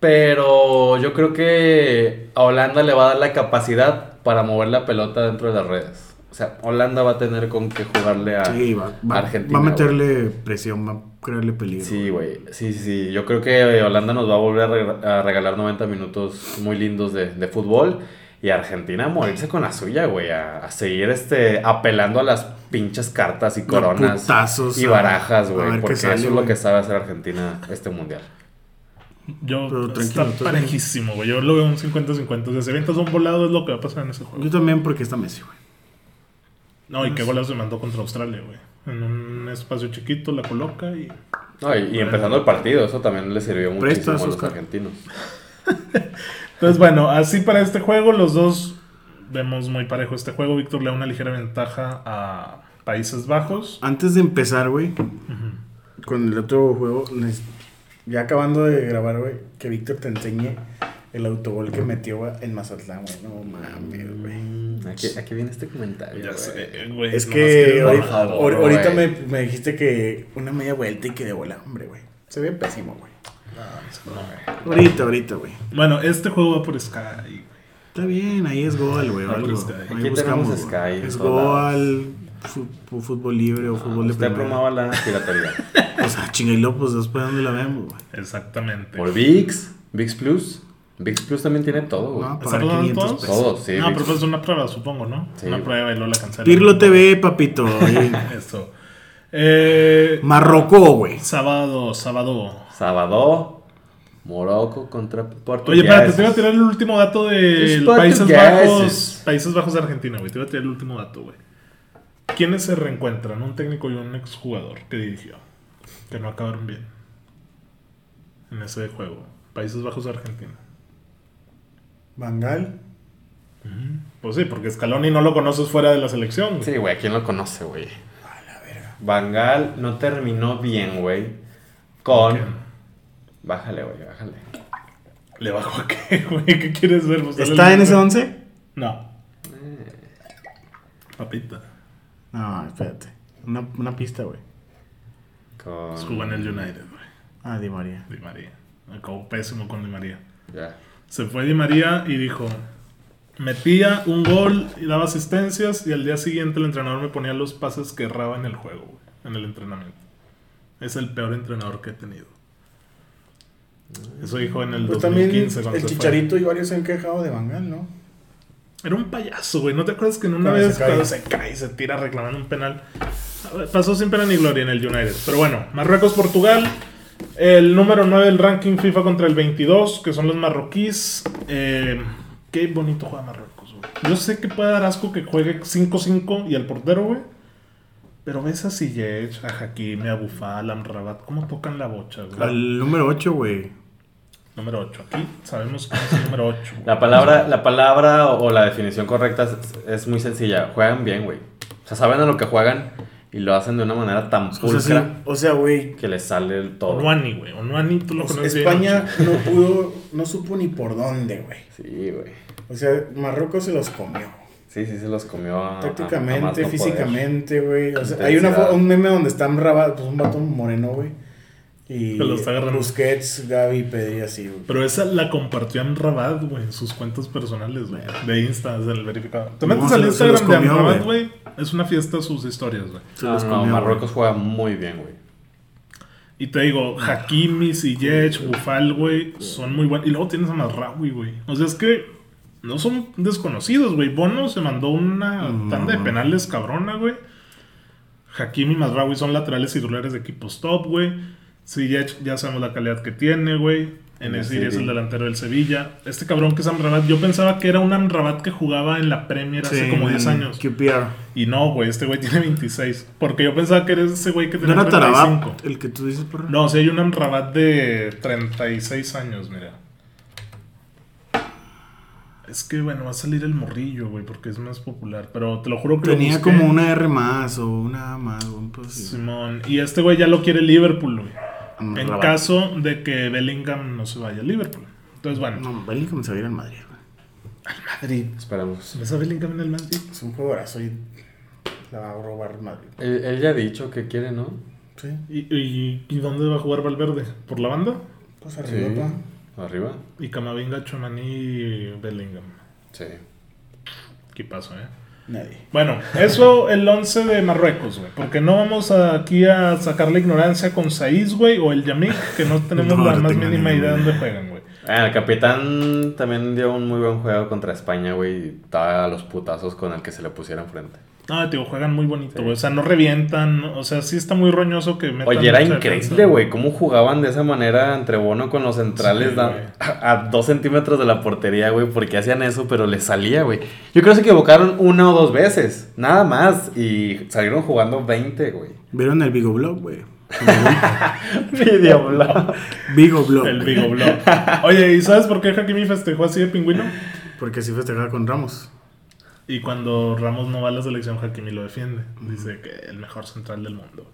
S3: pero yo creo que a Holanda le va a dar la capacidad para mover la pelota dentro de las redes. O sea, Holanda va a tener con qué jugarle a
S2: Sí, va, va-
S3: a Argentina.
S2: va a
S3: güey.
S2: meterle presión, va a crearle peligro.
S3: Sí, güey. Sí, sí, sí. Yo creo que eh, Holanda nos va a volver a reg- a regalar 90 minutos muy lindos de, de fútbol. Y Argentina a morirse con la suya, güey. A, a seguir este, apelando a las pinches cartas y
S2: Dar
S3: coronas.
S2: putazos
S3: y
S2: a-
S3: barajas,
S2: a ver
S3: güey.
S2: qué
S3: Porque
S2: sale,
S3: eso es
S2: güey.
S3: lo que sabe hacer Argentina este mundial.
S1: Yo,
S2: Pero tranquilo,
S1: está
S2: tú también.
S1: parejísimo, güey. Yo lo veo un 50-50. O sea, si avientas un volado es lo que va a pasar en ese juego.
S2: Yo también porque está Messi, güey.
S1: No, y qué volado se mandó contra Australia, güey. En un espacio chiquito la coloca y.
S3: No, y, y empezando el partido, eso también le sirvió
S2: Prestas,
S3: muchísimo a los
S2: Oscar.
S3: argentinos.
S1: Entonces, bueno, así para este juego, los dos vemos muy parejo este juego. Víctor le da una ligera ventaja a Países Bajos.
S2: Antes de empezar, güey, con el otro juego, les- ya acabando de grabar, güey, que Víctor te enseñe el autogol que metió güey, en Mazatlán, güey. No mames, güey.
S3: Aquí, aquí viene este comentario. güey.
S1: güey. nomás
S2: Es que
S1: no-
S2: ahorita,
S3: mamada,
S2: ahor- ahorita me,
S3: güey.
S2: me dijiste que una media vuelta y que de bola, hombre, güey. Se ve pésimo, güey.
S1: no.
S2: Ahorita, ahorita, güey.
S1: Bueno, este juego va por Sky, güey.
S2: Está bien, ahí es Goal, güey. o
S1: Ah, pero
S2: algo.
S1: Sky.
S2: Ahí
S3: Aquí tenemos
S2: güey.
S3: Sky en
S2: Es
S3: todos lados.
S2: Goal, fu- fu- fútbol libre o fútbol de
S3: Ah, Usted
S2: primera.
S3: promueva la piratería.
S2: O sea, chinga y luego, pues después dónde la vemos, güey.
S1: Exactamente.
S3: Por VIX, VIX Plus. VIX Plus también tiene todo, güey.
S2: No,
S1: ¿Está
S2: pagar
S1: todo
S2: 500
S1: entonces?
S2: pesos.
S3: Todo, sí.
S1: no,
S3: VIX.
S1: pero es una prueba, supongo, ¿no?
S3: Sí,
S1: una
S3: güey.
S1: prueba y luego la cancelan.
S2: Pirlo TV, papito. ahí.
S1: Eso. Eh,
S2: Marrocó, güey.
S1: sábado, sábado.
S3: Sábado, Morocco contra Puerto
S1: Oye, espérate,
S3: Rico.
S1: te iba a tirar el último dato de
S3: Just
S1: Países
S3: Portugueses.
S1: Bajos. Países Bajos de Argentina, güey. Te iba a tirar el último dato, güey. ¿Quiénes se reencuentran? Un técnico y un exjugador que dirigió. Que no acabaron bien. En ese juego. Países Bajos de Argentina.
S2: Bangal.
S1: Pues sí, porque Scaloni no lo conoces fuera de la selección. güey.
S3: Sí, güey, ¿quién lo conoce, güey? Bangal no terminó bien, güey. Con.
S1: Ok.
S3: Bájale, güey, bájale.
S1: ¿Le bajó a qué, <laughs> güey? ¿Qué quieres ver? Pues, dale
S2: ¿Está
S1: el
S2: en ese Eh.
S1: número.
S2: 11?
S1: No. Papita.
S2: No, espérate. Una, una pista, güey.
S3: Con.
S1: Pues jugó en el United, güey.
S2: Ah, Di María.
S1: Di María. Acabó pésimo con Di María.
S3: Ya.
S1: Se fue Di María y dijo: Metía un gol y daba asistencias. Y al día siguiente el entrenador me ponía los pases que erraba en el juego, güey, en el entrenamiento. Es el peor entrenador que he tenido. Eso dijo en el
S2: Pues también
S1: 2015 cuando
S2: el
S1: se fue.
S2: Chicharito y varios se han quejado de Bangal, ¿no?
S1: Era un payaso, güey. ¿No te acuerdas que en una
S2: Cuando
S1: vez
S2: se cae.
S1: cuando se cae y se tira reclamando un penal? Pasó sin pena ni gloria en el United. Pero bueno, Marruecos-Portugal. El número 9 del ranking FIFA contra el 22, que son los marroquíes. Eh, qué bonito juega Marruecos, güey. Yo sé que puede dar asco que juegue 5-5 y al portero, güey. Pero ves a Ziyech, a Hakimi, a Bufal, a Amrabat. ¿Cómo tocan la bocha, güey?
S2: Al número 8, güey.
S1: Número 8. Aquí sabemos que es el número 8.
S3: La palabra, la palabra o, o la definición correcta es, es muy sencilla. Juegan bien, güey. O sea, saben a lo que juegan y lo hacen de una manera tan
S2: O sea,
S3: pulcra
S2: sí, o sea, güey.
S3: que les sale el todo.
S1: Onuani, güey. Onuani, tú lo
S2: o sea,
S1: conoces bien,
S2: Pues España no pudo, no supo ni por dónde, güey.
S3: Sí, güey.
S2: O sea, Marruecos se los comió.
S3: Sí, sí, se los comió. Ah, a- a- a más no
S2: Tácticamente,
S3: poder.
S2: físicamente, güey. O sea, hay una,
S3: Intensidad.
S2: fo- un meme donde están Rabat, pues un vato moreno, güey. Y
S1: Que lo está agarrando.
S2: Busquets, Gaby, Pedri, así, güey.
S3: Ah,
S1: Pero esa la compartió en Rabat, güey, en sus cuentas personales, güey. De Insta, en el verificado. Te
S2: No,
S1: metes
S2: se
S1: al
S2: lo- se
S1: Instagram
S2: los
S1: de
S2: comió,
S1: Amrabat, güey. Es una fiesta sus historias, güey.
S2: Se
S3: No,
S2: los
S3: no,
S2: comió, güey.
S3: Marruecos juega muy bien, güey.
S1: Y te digo, Hakimi, Ziyech, Bufal, güey, son muy buenos. Y luego tienes a Mazraoui, güey. O sea, es que no son desconocidos, güey. Bono se mandó una tanda de penales cabrona, güey. Hakimi y Mazraoui son laterales titulares de equipos top, güey. Ziyech ya sabemos la calidad que tiene, güey. En es decir, es el delantero del Sevilla. Este cabrón que es Amrabat, yo pensaba que era un Amrabat que jugaba en la Premier hace como 10 años.
S2: QPR.
S1: Y no, güey, este güey tiene 26. Porque yo pensaba que era ese güey que
S2: ¿No
S1: tenía
S2: era
S1: 35.
S2: Tarabab el que tú dices, perro?
S1: No, sí hay un Amrabat de 36 años, mira. Es que, bueno, va a salir el morrillo, güey, porque es más popular. Pero te lo juro que lo
S2: Tenía
S1: busqué.
S2: como una R más o una A más. güey, Pues,
S1: Simón. Y este güey ya lo quiere Liverpool, güey.
S2: Ah,
S1: En
S2: Rabat.
S1: caso de que Bellingham no se vaya a Liverpool. Entonces, bueno.
S2: No, Bellingham se va a ir al Madrid, güey.
S3: Madrid. Esperamos.
S1: ¿Ves a Bellingham en el Madrid?
S2: Es un jugadorazo y la va a robar el Madrid.
S3: Él, él ya ha dicho que quiere, ¿no?
S2: Sí,
S1: ¿Y, y, y dónde va a jugar Valverde? ¿Por la banda?
S2: pues arriba, pa.
S3: Arriba.
S1: Y Camavinga, Chomani y Bellingham.
S3: Sí.
S1: ¿Qué pasó, eh?
S2: Nadie.
S1: Bueno, eso el 11 de Marruecos, güey. Porque no vamos a- aquí a sacar la ignorancia con Saiz, güey, o el Yamik, que no tenemos
S2: No,
S1: la
S2: no
S1: más
S2: tengo
S1: mínima
S2: ni
S1: idea de
S2: idea.
S1: dónde juegan, güey.
S3: Ah, el capitán también dio un muy buen juego contra España, güey. y Estaba a los putazos con el que se le pusiera enfrente.
S1: No, tío, juegan muy bonito, güey. O sea, no revientan. O sea, sí está muy roñoso que metan
S3: Oye, era
S1: mucha
S3: increíble,
S1: defensa.
S3: güey, cómo jugaban de esa manera entre Bono con los centrales
S1: Sí,
S3: da-
S1: güey.
S3: a, a dos centímetros de la portería, güey, porque hacían eso, pero les salía, güey. Yo creo que se equivocaron una o dos veces, nada más, y salieron jugando 20, güey.
S1: <laughs>
S2: ¿Vieron el Vigo Blog, güey?
S3: Video blog.
S2: Vigo Blog.
S1: El Vigo Block. Oye, ¿y sabes por qué Hakimi festejó así de pingüino?
S2: Porque así festejaba con Ramos.
S1: Y cuando Ramos no va a la selección, Hakimi lo defiende. Dice que el mejor central del mundo.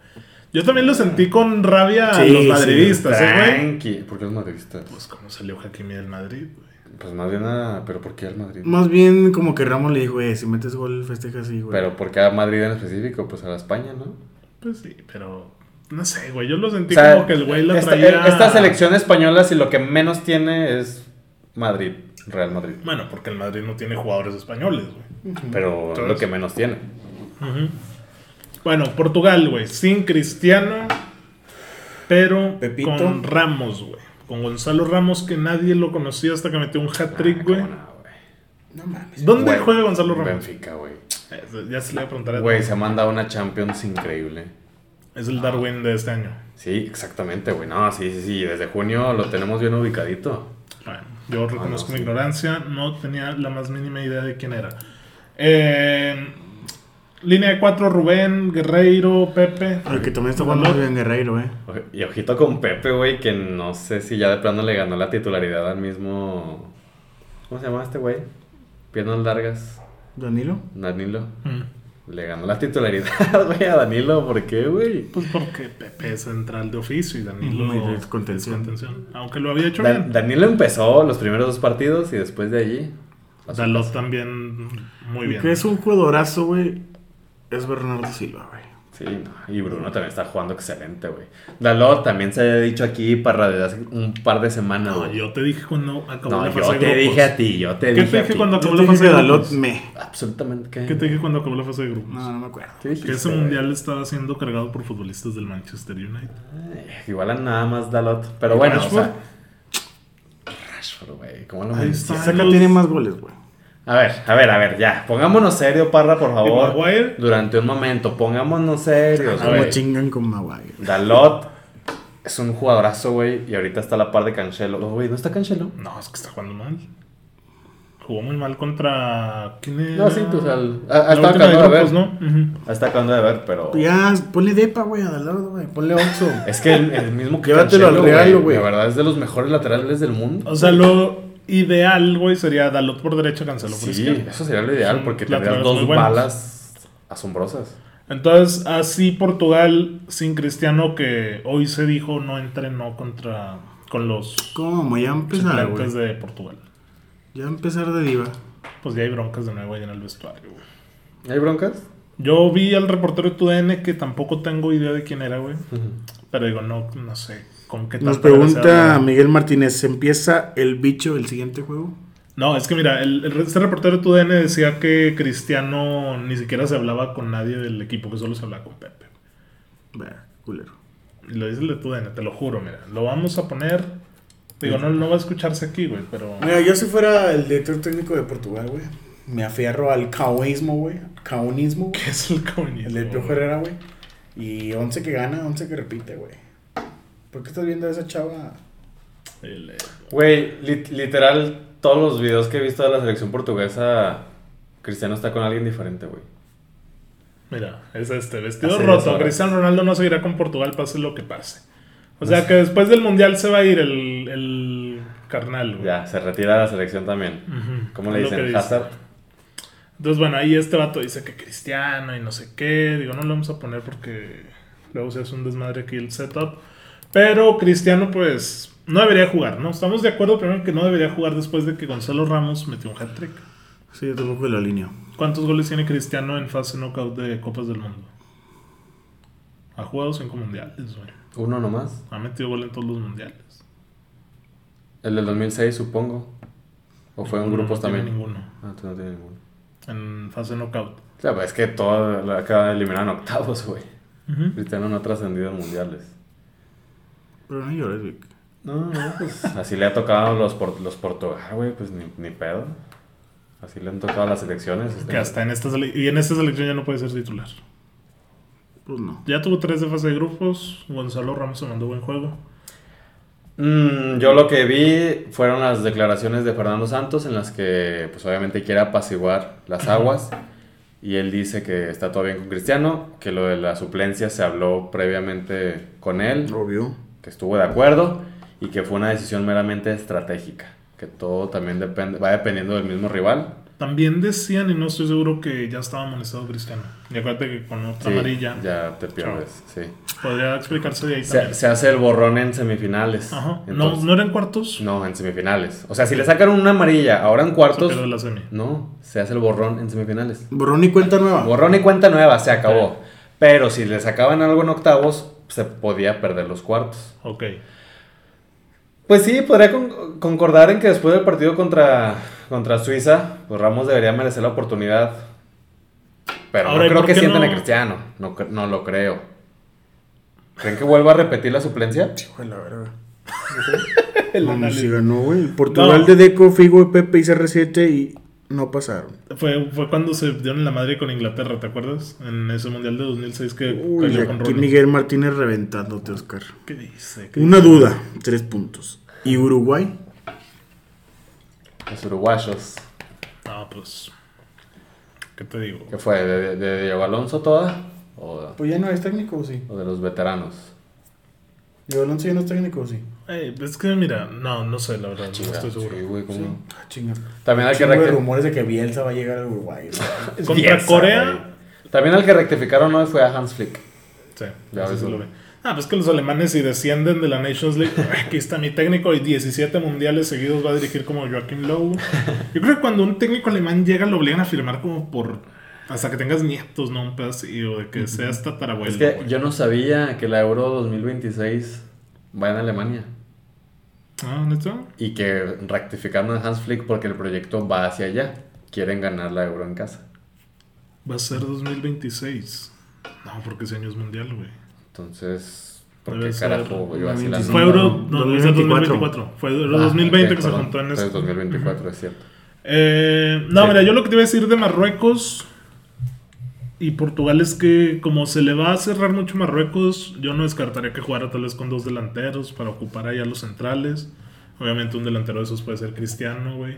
S1: Yo también lo sentí con rabia a
S2: Sí,
S1: los
S2: sí,
S1: madridistas, ¿eh, güey?
S3: Pues Tranqui. ¿Por qué los madridistas?
S1: Pues cómo salió Hakimi del Madrid, güey.
S3: Pues más bien a... ¿Pero por qué al Madrid?
S2: Más bien como que Ramos le dijo, güey, si metes gol, festeja así, güey.
S3: Pero ¿por qué a Madrid en específico? Pues a la España, ¿no?
S1: Pues sí, pero no sé, güey. Yo lo sentí
S3: O sea,
S1: como que el güey la
S3: esta, e-
S1: traía.
S3: esta selección española, si lo que menos tiene es Madrid, Real Madrid.
S1: Bueno, porque el Madrid no tiene jugadores españoles, güey.
S3: Pero
S1: Entonces-
S3: lo que menos tiene.
S1: Ujú. Bueno, Portugal, güey. Sin Cristiano, pero
S2: Pepito.
S1: con Ramos, güey. Con Gonzalo Ramos, que nadie lo conocía hasta que metió un hat-trick,
S3: Ah,
S1: güey.
S3: cómo no, güey.
S2: No mames.
S1: ¿Dónde
S3: Güey,
S1: juega Gonzalo Ramos?
S3: Benfica, güey.
S1: Eh, Ya se le voy a preguntar a
S3: Güey, se manda una Champions increíble.
S1: Es el Darwin de este año.
S3: Sí, exactamente, güey. No, sí, sí, sí. Desde junio lo tenemos bien ubicadito.
S1: Bueno, yo reconozco
S3: Ah, no,
S1: mi
S3: sí.
S1: ignorancia, no tenía la más mínima idea de quién era. Eh, línea de cuatro, Rubén, Guerreiro, Pepe.
S2: El que también está jugando bien Guerreiro, eh.
S3: Oje- Y ojito con Pepe, güey, que no sé si ya de plano le ganó la titularidad al mismo. ¿Cómo se llama este güey? Piernas largas.
S2: Danilo.
S3: Danilo.
S1: Mm.
S3: Le ganó la titularidad, <laughs> güey, a Danilo. ¿Por qué, güey?
S1: Pues porque Pepe es central de oficio y Danilo
S2: Ujú, y es contención.
S1: es contención. Aunque lo había hecho
S3: Dan-
S1: bien.
S3: Danilo empezó los primeros dos partidos y después de allí.
S1: Dalot también muy
S2: El
S1: bien.
S2: que es un jugadorazo, güey, es Bernardo Silva, güey.
S3: Sí, no, y Bruno también está jugando excelente, güey. Dalot también se había dicho aquí para desde hace un par de semanas,
S1: No,
S3: güey.
S1: yo te dije cuando acabó
S3: No,
S1: la
S3: yo
S1: fase
S3: te
S1: de grupos.
S3: dije a ti, yo te
S1: ¿Qué
S3: dije.
S1: te
S3: a
S1: dije
S3: ti.
S1: cuando acabó la
S2: Yo te
S1: fase
S2: dije
S1: de
S2: Dalot
S1: grupos?
S2: me.
S3: Absolutamente que.
S1: ¿Qué te dije cuando acabó la fase de grupos?
S2: No, no me acuerdo.
S3: ¿Qué
S1: Que
S3: dijiste,
S1: ese
S3: güey?
S1: mundial estaba siendo cargado por futbolistas del Manchester United.
S3: Ay, Eh, Igual a nada más Dalot. Pero
S1: ¿Y
S3: bueno,
S1: Rashford?
S3: o sea. Rashford, güey. ¿Cómo lo
S1: Ahí
S3: mencionas?
S1: está.
S2: Saca
S1: los-
S2: tiene más goles, güey.
S3: A ver, a ver, a ver, ya. Pongámonos serio, Parra, por
S1: ¿Y
S3: favor.
S1: Maguire? Ah,
S3: Durante un momento, pongámonos serios,
S2: Como
S3: güey.
S2: chingan con Maguire.
S3: Dalot es un jugadorazo, güey. Y ahorita está a la par de Cancelo. Oh, Güey, ¿no está Cancelo?
S1: No, es que está jugando mal. Jugó muy mal contra. ¿Quién era?
S3: No, sí, pues, al- a-
S1: La
S3: hasta
S1: última de
S3: acabó de
S1: grupos,
S3: ver.
S1: ¿no? Ujú.
S3: Está acabando de ver, pero.
S2: Ya, ponle depa, güey, a Dalot, güey. Ponle Oxxo.
S3: Es que el, el mismo que
S2: Llévatelo al
S3: Cancelo,
S2: regalo, güey.
S3: La verdad es de los mejores laterales del mundo.
S1: O sea, lo ideal, güey, sería Dalot por derecha, Cancelo por
S3: Sí,
S1: izquierda.
S3: eso sería lo ideal
S1: Son
S3: porque
S1: laterales
S3: tendrías
S1: muy
S3: dos
S1: buenos.
S3: balas asombrosas.
S1: Entonces, así Portugal sin Cristiano, que hoy se dijo no entrenó contra. con los
S2: ¿Cómo? Ya empezar, Pues güey.
S1: suplentes de Portugal.
S2: Ya empezar de diva.
S1: Pues ya hay broncas de nuevo ahí en el vestuario, güey.
S3: ¿Hay broncas?
S1: Yo vi al reportero de TUDN que tampoco tengo idea de quién era, güey. Pero digo, no, no sé. ¿Con qué
S2: Nos
S1: tanta gracia
S2: pregunta
S1: hablaba.
S2: Miguel Martínez, ¿se empieza el bicho el siguiente juego?
S1: No, es que mira, el, el- este reportero de TUDN decía que Cristiano ni siquiera se hablaba con nadie del equipo, que solo se hablaba con Pepe.
S2: Bah, culero.
S1: Y lo dice el de TUDN, te lo juro, mira. Lo vamos a poner. Digo, no, no va a escucharse aquí, güey, pero.
S2: Mira,
S1: <laughs>
S2: yo si fuera el director técnico de Portugal, güey, me afierro al caoísmo, güey. Caonismo, güey.
S1: ¿Qué es el comunismo?
S2: El de Piojo
S1: güey?
S2: Herrera, güey. Y 11 que gana, 11 que repite, güey. ¿Por qué estás viendo a esa chava?
S1: El, eh,
S3: Güey, lit- literal, todos los videos que he visto de la selección portuguesa, Cristiano está con alguien diferente, güey.
S1: mira, es este, vestido
S3: Así es,
S1: roto.
S3: ahora.
S1: Cristiano Ronaldo no se irá con Portugal, pase lo que pase. O sea que después del Mundial se va a ir el, el carnal, güey.
S3: Ya, se retira de la selección también.
S1: Ujú.
S3: ¿Cómo
S1: Es
S3: le
S1: lo
S3: dicen?
S1: que dice.
S3: Hazard.
S1: Entonces, bueno, ahí este vato dice que cristiano y no sé qué. Digo, no lo vamos a poner porque luego se hace un desmadre aquí el setup. Pero Cristiano, pues, no debería jugar, ¿no? Estamos de acuerdo primero que no debería jugar después de que Gonzalo Ramos metió un hat-trick.
S4: Sí, yo tampoco lo alineo.
S1: ¿Cuántos goles tiene Cristiano en fase knockout de Copas del Mundo? Ha jugado cinco mundiales, güey.
S3: Uno nomás.
S1: Ha metido gol en todos los mundiales.
S3: El del 2006, supongo. O fue en
S1: Ninguno,
S3: grupos
S1: no tiene
S3: también.
S1: Ninguno.
S3: Ah, tú no tienes ninguno.
S1: En fase knockout.
S3: O sea, pues, es que todo lo acaba de eliminar en octavos, güey.
S1: Ujú.
S3: Cristiano no ha trascendido en mundiales.
S4: Pero no llores, Vic.
S3: No, no, pues. Así le ha tocado a los, por, los Portugal, güey, pues ni, ni pedo. Así le han tocado a las este. selecciones.
S1: Que hasta en esta, sele- y en esta selección ya no puede ser titular.
S4: Pues no.
S1: Ya tuvo tres de fase de grupos. Gonzalo Ramos se mandó buen juego.
S3: Mm, yo lo que vi fueron las declaraciones de Fernando Santos en las que, pues obviamente quiere apaciguar las aguas. Y él dice que está todo bien con Cristiano, que lo de la suplencia se habló previamente con él,
S4: Obvio.
S3: que estuvo de acuerdo y que fue una decisión meramente estratégica. Que todo también depende, va dependiendo del mismo rival.
S1: También decían, y no estoy seguro, que ya estaba amonestado Cristiano. Y acuérdate que con otra
S3: Sí,
S1: amarilla
S3: Ya te pierdes, sí.
S1: podría explicarse de ahí
S3: Se,
S1: también.
S3: se hace el borrón en semifinales.
S1: Ajá.
S3: Entonces-
S1: no, no eran cuartos.
S3: no, en semifinales. O sea, si le sacan una amarilla ahora en cuartos,
S1: Se quedó la semi.
S3: No, se hace el borrón en semifinales.
S4: Borrón y cuenta nueva.
S3: Borrón y cuenta nueva, se acabó. Pero si le sacaban algo en octavos, se podía perder los cuartos.
S1: Ok.
S3: Pues sí, podría con- concordar en que después del partido contra, contra Suiza, pues Ramos debería merecer la oportunidad. Pero
S1: Ahora, ¿y
S3: no creo
S1: por
S3: que
S1: qué
S3: sientan
S1: no?
S3: a Cristiano. No, cre- no lo creo. ¿Creen que vuelva a repetir la suplencia?
S4: Hijo de
S2: <laughs>
S4: la verga.
S1: El
S4: Vamos,
S1: análisis.
S4: sí ganó, güey. El Portugal
S1: No.
S4: de Deco, Figo, Pepe y CR7 y no pasaron.
S1: Fue, fue cuando se dieron la madre con Inglaterra, ¿te acuerdas? En ese mundial de 2006 que
S4: Uy,
S1: cayó con
S4: aquí
S1: Ronald.
S4: Miguel Martínez reventándote, Oscar.
S1: ¿Qué dice? ¿Qué
S4: Una duda, tres puntos. ¿Y Uruguay?
S3: Los uruguayos.
S1: No, pues. ¿Qué te digo?
S3: ¿Qué fue? ¿De, de- de Diego Alonso toda? ¿O,
S2: Pues ya no es técnico, sí.
S3: o de los veteranos?
S2: Yo Alonso ya no es técnico, sí.
S1: Eh, es que mira, no, no sé, la verdad, no estoy seguro.
S3: Ah, Sí, güey, ¿cómo no?
S2: Ah, chingas.
S3: También hay que
S2: Chingo de
S3: recti-
S2: rumores de que Bielsa va a llegar al Uruguay. güey.
S1: Contra
S3: Bielsa,
S1: Corea.
S3: güey. También al que rectificaron hoy fue a Hans Flick.
S1: Sí,
S3: Ya
S1: eso
S3: ves,
S1: sí
S3: ¿no?
S1: lo vi. Ah, pues que los alemanes si descienden de la Nations
S3: <laughs>
S1: League, aquí está mi técnico y 17 mundiales seguidos va a dirigir como Joachim Lowe. Yo creo que cuando un técnico alemán llega lo obligan a firmar como por hasta que tengas nietos, ¿no? Un pedazo así, o de que seas tatarabuelo.
S3: es que
S1: güey.
S3: yo no sabía que la Euro 2026 va en Alemania.
S1: Ah, ¿neta?
S3: Y que rectificaron a Hans Flick porque el proyecto va hacia allá. Quieren ganar la Euro en casa.
S1: Va a ser 2026. No, porque ese año es mundial, güey.
S3: Entonces, ¿por qué
S1: Debe ser
S3: carajo? güey? Yo así la
S4: 2026.
S1: Fue
S4: No,
S1: Euro
S4: no,
S1: no, debe ser
S4: 2024.
S1: 2024. Fue Euro
S3: Ah,
S1: 2020
S3: ok,
S1: que se
S3: perdón.
S1: juntó en
S3: Entonces,
S1: este.
S3: 2024, es cierto.
S1: Eh, no,
S3: Sí.
S1: mira, yo lo que te iba a decir de Marruecos y Portugal es que como se le va a cerrar mucho Marruecos, yo no descartaría que jugara tal vez con dos delanteros para ocupar allá los centrales. Obviamente un delantero de esos puede ser Cristiano, güey.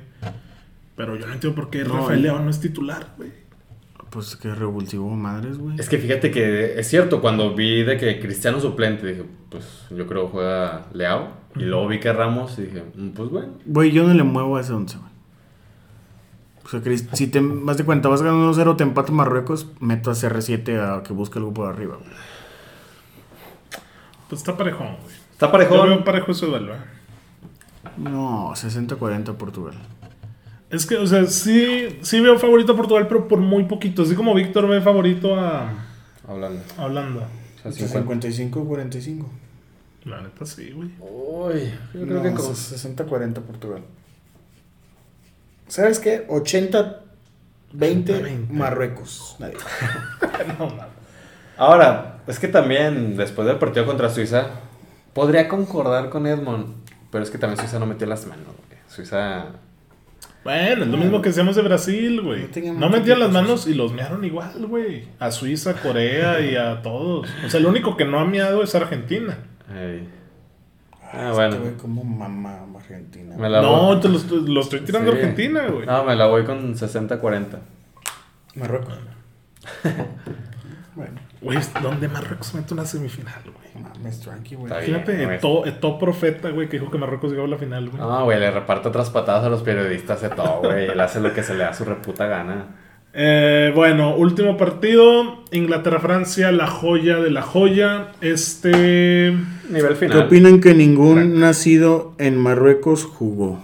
S1: Pero yo no entiendo por qué
S4: No,
S1: Rafael
S4: y-
S1: León no es titular, güey.
S4: <laughs> Pues que revulsivo madres, güey.
S3: Es que fíjate que es cierto, cuando vi de que Cristiano suplente, dije, pues yo creo juega Leao. Y luego vi que Ramos y dije, mm, pues bueno.
S4: Güey, yo no le muevo a ese once, güey. O sea, Cris- si te más de cuenta, vas ganando 1-0, te empata Marruecos, meto a CR7 a que busque algo por arriba, güey.
S1: Pues está parejón, güey.
S3: Está parejón.
S1: Yo veo parejo ese duelo, eh.
S4: No, 60-40 Portugal.
S1: Es que, o sea, sí, sí veo favorito a Portugal, pero por muy poquito. Así como Víctor ve favorito a,
S3: Hablando.
S1: a Holanda.
S3: O sea, 50.
S2: 55-45.
S1: La neta sí, güey.
S3: Uy, yo creo
S2: No,
S3: que como...
S2: 60-40 Portugal. ¿Sabes qué? 80-20
S1: 20.
S2: Marruecos. Nadie.
S1: No mames.
S3: Ahora, es que también después del partido contra Suiza, podría concordar con Edmond, pero es que también Suiza no metió las manos. güey. Suiza.
S1: Bueno, es lo mismo que decíamos de Brasil, güey.
S2: No tenía
S1: No
S2: mucho
S1: metían las
S2: tiempo,
S1: manos y los mearon igual, güey. A Suiza, Corea y a todos. O sea, el único que no ha meado es Argentina.
S3: Ey, Ah,
S2: Este
S3: bueno.
S2: güey como mamá argentina.
S3: Me
S2: güey.
S3: la voy-
S1: No, te lo, estoy- lo estoy tirando
S3: Sí. Ah.
S1: a Argentina, güey.
S3: No, me la voy con 60-40.
S2: Marruecos. <laughs> bueno,
S1: Güey, ¿dónde Marruecos mete una semifinal, güey?
S2: mames, tranqui, güey.
S3: Está bien,
S1: Fíjate,
S3: güey.
S1: Eto, Eto Profeta, güey, que dijo que Marruecos llegó a la final, güey.
S3: No, güey, le reparte otras patadas a los periodistas de todo, güey. Él hace lo que se le da su reputa gana.
S1: Eh, bueno, último partido. Inglaterra-Francia, la joya de la joya. Este.
S3: Nivel
S4: ¿Qué
S3: final.
S4: opinan que ningún nacido en Marruecos jugó?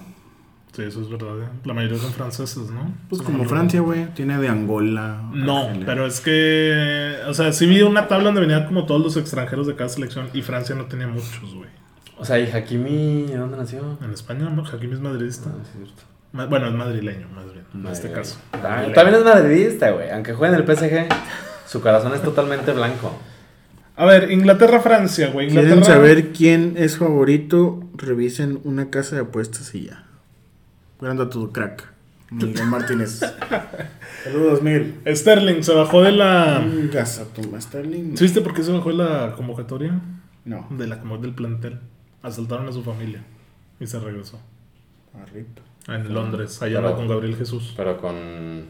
S1: Sí, eso es verdad. ¿eh? La mayoría son franceses, ¿no?
S4: Pues como Francia, güey, tiene de Angola.
S1: No,
S4: Argelia.
S1: pero es que. O sea, sí vi una tabla donde venían como todos los extranjeros de cada selección. Y Francia no tenía muchos, güey.
S3: O sea, y Hakimi, ¿de dónde nació?
S1: En España, ¿no? Hakimi es madridista.
S3: No, es cierto.
S1: Ma- Bueno, es madrileño, más bien, en este
S3: Madrid.
S1: caso.
S3: Ah, también es madridista, güey. Aunque juegue en el PSG, su corazón es totalmente blanco.
S1: A ver, Inglaterra-Francia, güey.
S4: ¿Quieren
S1: Inglaterra...
S4: saber quién es favorito? Revisen una casa de apuestas y ya. Gran dato, crack.
S2: Miguel Martínez. Saludos, Miguel.
S1: Sterling se bajó de la.
S2: Gasa, tu Sterling.
S1: ¿Viste por qué se bajó de la convocatoria?
S2: No,
S1: De la como del plantel. Asaltaron a su familia. Y se regresó.
S2: arriba.
S1: En Londres. Allá
S3: Pero-
S1: va con Gabriel Jesús.
S3: Pero con,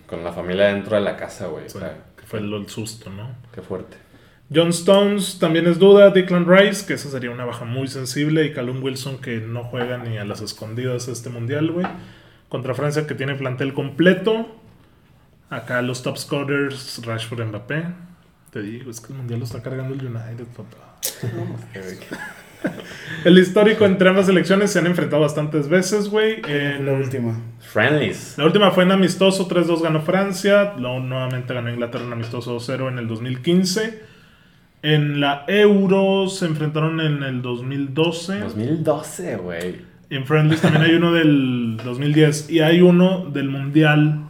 S3: con la familia dentro de la casa, güey. O
S1: Sí,
S3: sea,
S1: que fue lo- el susto, ¿no?
S3: qué fuerte.
S1: John Stones también es duda. Declan Rice, que esa sería una baja muy sensible. Y Calum Wilson, que no juega ni a las escondidas este mundial, güey. Contra Francia, que tiene plantel completo. Acá los top scorers, Rashford Mbappé. Te digo, es que el mundial lo está cargando el United, papá. El histórico entre ambas selecciones se han enfrentado bastantes veces, güey. En-
S2: La última.
S3: Friendlies.
S1: La última fue en amistoso, 3-2 ganó Francia, luego nuevamente ganó Inglaterra en amistoso 2-0 en el 2015. En la Euro se enfrentaron en el 2012.
S3: 2012, güey.
S1: En Friendlies también hay
S3: <laughs>
S1: uno del 2010 y hay uno del Mundial